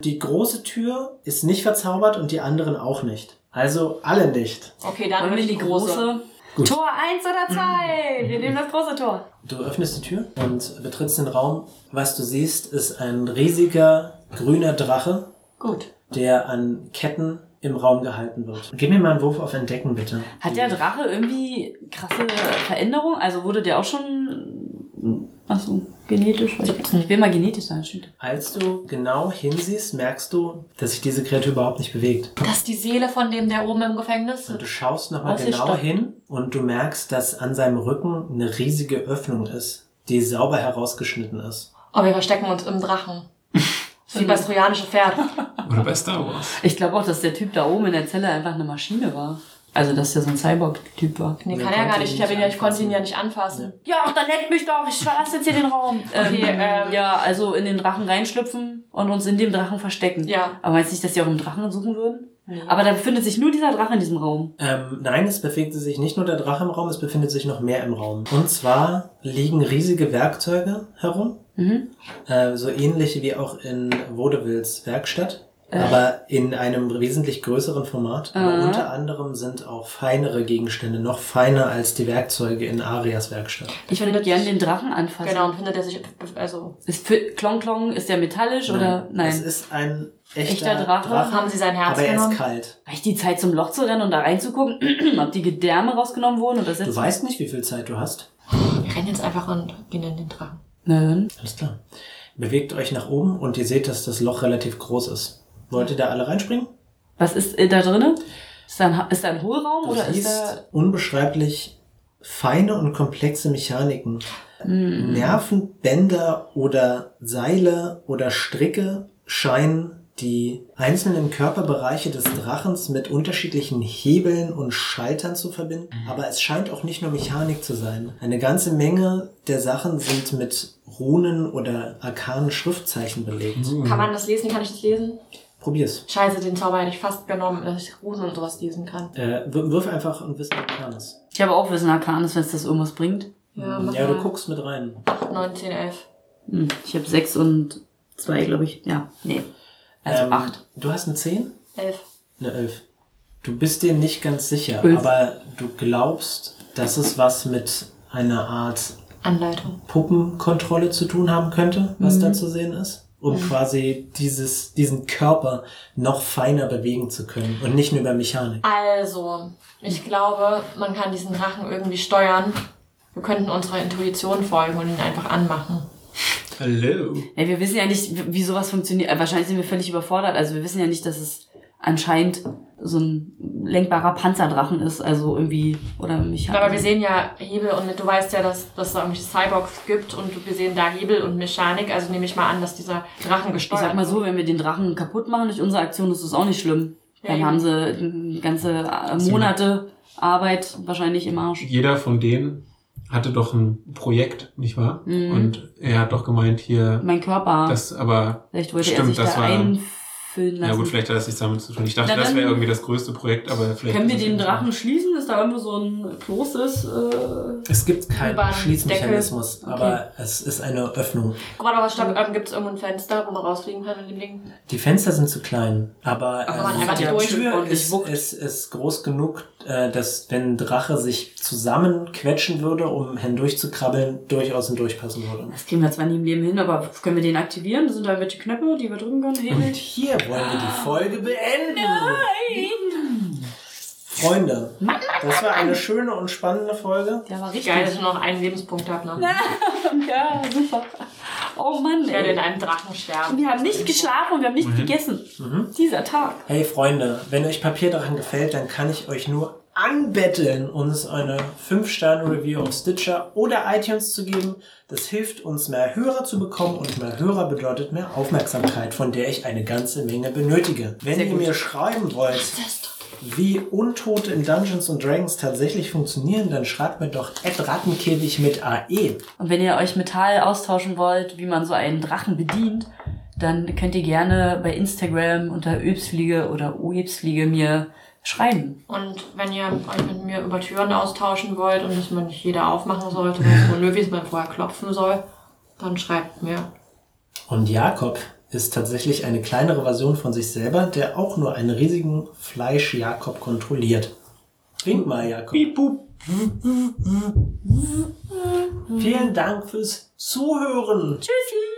Die große Tür ist nicht verzaubert und die anderen auch nicht. Also alle nicht. Okay, dann Wollen wir will die große? Mhm. Tor 1 oder 2? Wir nehmen das große Tor. Du öffnest die Tür und betrittst den Raum. Was du siehst, ist ein riesiger grüner Drache, Gut. der an Ketten im Raum gehalten wird. Gib mir mal einen Wurf auf Entdecken, bitte. Hat der Drache irgendwie krasse Veränderungen? Also wurde der auch schon. Achso, genetisch? Weiß Ich ich will mal genetisch sein, stimmt. Als du genau hinsiehst, merkst du, dass sich diese Kreatur überhaupt nicht bewegt. Das ist die Seele von dem, der oben im Gefängnis Und ist. du schaust nochmal Was ist genau da? hin und du merkst, dass an seinem Rücken eine riesige Öffnung ist, die sauber herausgeschnitten ist. Oh, wir verstecken uns im Drachen. So Wie das trojanische Pferd. Oder bei Star Wars. Ich glaube auch, dass der Typ da oben in der Zelle einfach eine Maschine war. Also, dass der so ein Cyborg-Typ war. Nee, Nee, kann er konnte gar nicht. ihn Ich, hab nicht ihn ja, ich konnte ihn anfassen. ja nicht anfassen. Ja, ach, dann leck mich doch, ich verlasse jetzt hier den Raum. Okay, ähm, ja, also in den Drachen reinschlüpfen und uns in dem Drachen verstecken. Ja. Aber meinst du nicht, dass die auch im Drachen suchen würden? Aber da befindet sich nur dieser Drache in diesem Raum. Ähm, nein, es befindet sich nicht nur der Drache im Raum, es befindet sich noch mehr im Raum. Und zwar liegen riesige Werkzeuge herum, Mhm. äh, so ähnlich wie auch in Vaudevilles Werkstatt, Äh. aber in einem wesentlich größeren Format. Aber Aha. unter anderem sind auch feinere Gegenstände, noch feiner als die Werkzeuge in Arias Werkstatt. Ich würde Findet- gerne den Drachen anfassen. Genau, und findet er sich, also, Ist für, Klong Klong, ist der metallisch oder Es nein? ist ein echter, Echter Drache? haben sie sein Herz aber er ist genommen? kalt. Reicht die Zeit zum Loch zu rennen und da reinzugucken, ob die Gedärme rausgenommen wurden oder Du selbst. weißt nicht, wie viel Zeit du hast. Wir rennen jetzt einfach und gehen in den Drachen. Nein. Alles klar. Bewegt euch nach oben und ihr seht, dass das Loch relativ groß ist. Wollt ihr da alle reinspringen? Was ist äh, da drinne? Ist da ein, Ha- ist da ein Hohlraum Du oder ist da. siehst unbeschreiblich feine und komplexe Mechaniken. Hm, Nervenbänder oder Seile oder Stricke scheinen die einzelnen Körperbereiche des Drachens mit unterschiedlichen Hebeln und Schaltern zu verbinden. Mhm. Aber es scheint auch nicht nur Mechanik zu sein. Eine ganze Menge der Sachen sind mit Runen oder arkanen Schriftzeichen belegt. Mhm. Hm. Kann man das lesen? Kann ich das lesen? Probier's. Scheiße, den Zauber hätte ich fast genommen, dass ich Rusen und sowas lesen kann. Äh, wir- wirf einfach und wissen, was kann es. Ich habe auch Wissen Arcanes, wenn es das irgendwas bringt. Ja, mach Ja, du mal. guckst mit rein. 8, 9, 10, 11. Hm, Ich habe sechs und zwei, glaube ich. Ja, nee. Also Ähm, acht. Du hast eine 10? 11. Eine 11. Du bist dir nicht ganz sicher, Elf. aber du glaubst, dass es was mit einer Art Anleitung. Puppenkontrolle zu tun haben könnte, was Mhm. da zu sehen ist. Um quasi dieses, diesen Körper noch feiner bewegen zu können und nicht nur über Mechanik. Also, ich glaube, man kann diesen Drachen irgendwie steuern. Wir könnten unserer Intuition folgen und ihn einfach anmachen. Hallo. Ey, wir wissen ja nicht, wie- wie sowas funktioniert. Äh, Wahrscheinlich sind wir völlig überfordert. Also wir wissen ja nicht, dass es anscheinend so ein lenkbarer Panzerdrachen ist. Also irgendwie. Oder mich Aber wir sehen ja Hebel und du weißt ja, dass, dass es da irgendwelche Cyborgs gibt und wir sehen da Hebel und Mechanik. Also nehme ich mal an, dass dieser Drachen Ich gesteuert sag mal so, wenn wir den Drachen kaputt machen durch unsere Aktion, ist das auch nicht schlimm. Ja, Dann eben. haben sie äh, ganze äh, Monate Arbeit wahrscheinlich im Arsch. Jeder von denen hatte doch ein Projekt, nicht wahr? Mhm. Und er hat doch gemeint hier, Mein Körper. das aber, vielleicht wollte er stimmt, sich das da war- einfüllen lassen. ja gut, vielleicht hat das nichts damit zu tun. Ich dachte, Na, das wäre dann- irgendwie das größte Projekt, aber vielleicht. Können wir ist es den nicht. Drachen schließen? Ist da irgendwo so ein großes... Äh Es gibt keinen Über einen Schließmechanismus, aber es ist eine Öffnung. Guck mal, aber stopp, ähm, gibt es irgendwo ein Fenster, wo man rausfliegen kann in dem Ding? Die Fenster sind zu klein, aber Aber man ähm, einfach die durch Tür und nicht ist, ist, ist groß genug, äh, dass wenn ein Drache sich zusammenquetschen würde, um hindurchzukrabbeln, durchaus hindurchpassen würde. das kriegen wir zwar nie im Leben hin, aber können wir den aktivieren? Das sind da irgendwelche Knöpfe, die wir drücken können, Und Hebel. hier wollen wir die Folge beenden. Ah. Freunde, das war eine schöne und spannende Folge. Der war richtig. Geil, dass ich nur noch einen Lebenspunkt habe. Ne? Ja, super. Oh Mann, Ich werde in ey. einem Drachen sterben. Wir haben nicht geschlafen und wir haben nicht gegessen. Mhm. Dieser Tag. Hey Freunde, wenn euch Papierdrachen gefällt, dann kann ich euch nur anbetteln, uns eine 5-Sterne-Review auf Stitcher oder iTunes zu geben. Das hilft uns, mehr Hörer zu bekommen und mehr Hörer bedeutet mehr Aufmerksamkeit, von der ich eine ganze Menge benötige. Wenn ihr mir schreiben wollt, wie Untote in Dungeons and Dragons tatsächlich funktionieren, dann schreibt mir doch Rattenkäfig mit E. AE. Und wenn ihr euch mit Hal austauschen wollt, wie man so einen Drachen bedient, dann könnt ihr gerne bei Instagram unter Übsfliege oder Uebsfliege mir schreiben. Und wenn ihr euch mit mir über Türen austauschen wollt und dass man nicht jeder aufmachen sollte, weil es Löwis man vorher klopfen soll, dann schreibt mir. Und Jakob ist tatsächlich eine kleinere Version von sich selber, der auch nur einen riesigen Fleisch-Jakob kontrolliert. Trink mal, Jakob. Vielen Dank fürs Zuhören. Tschüssi!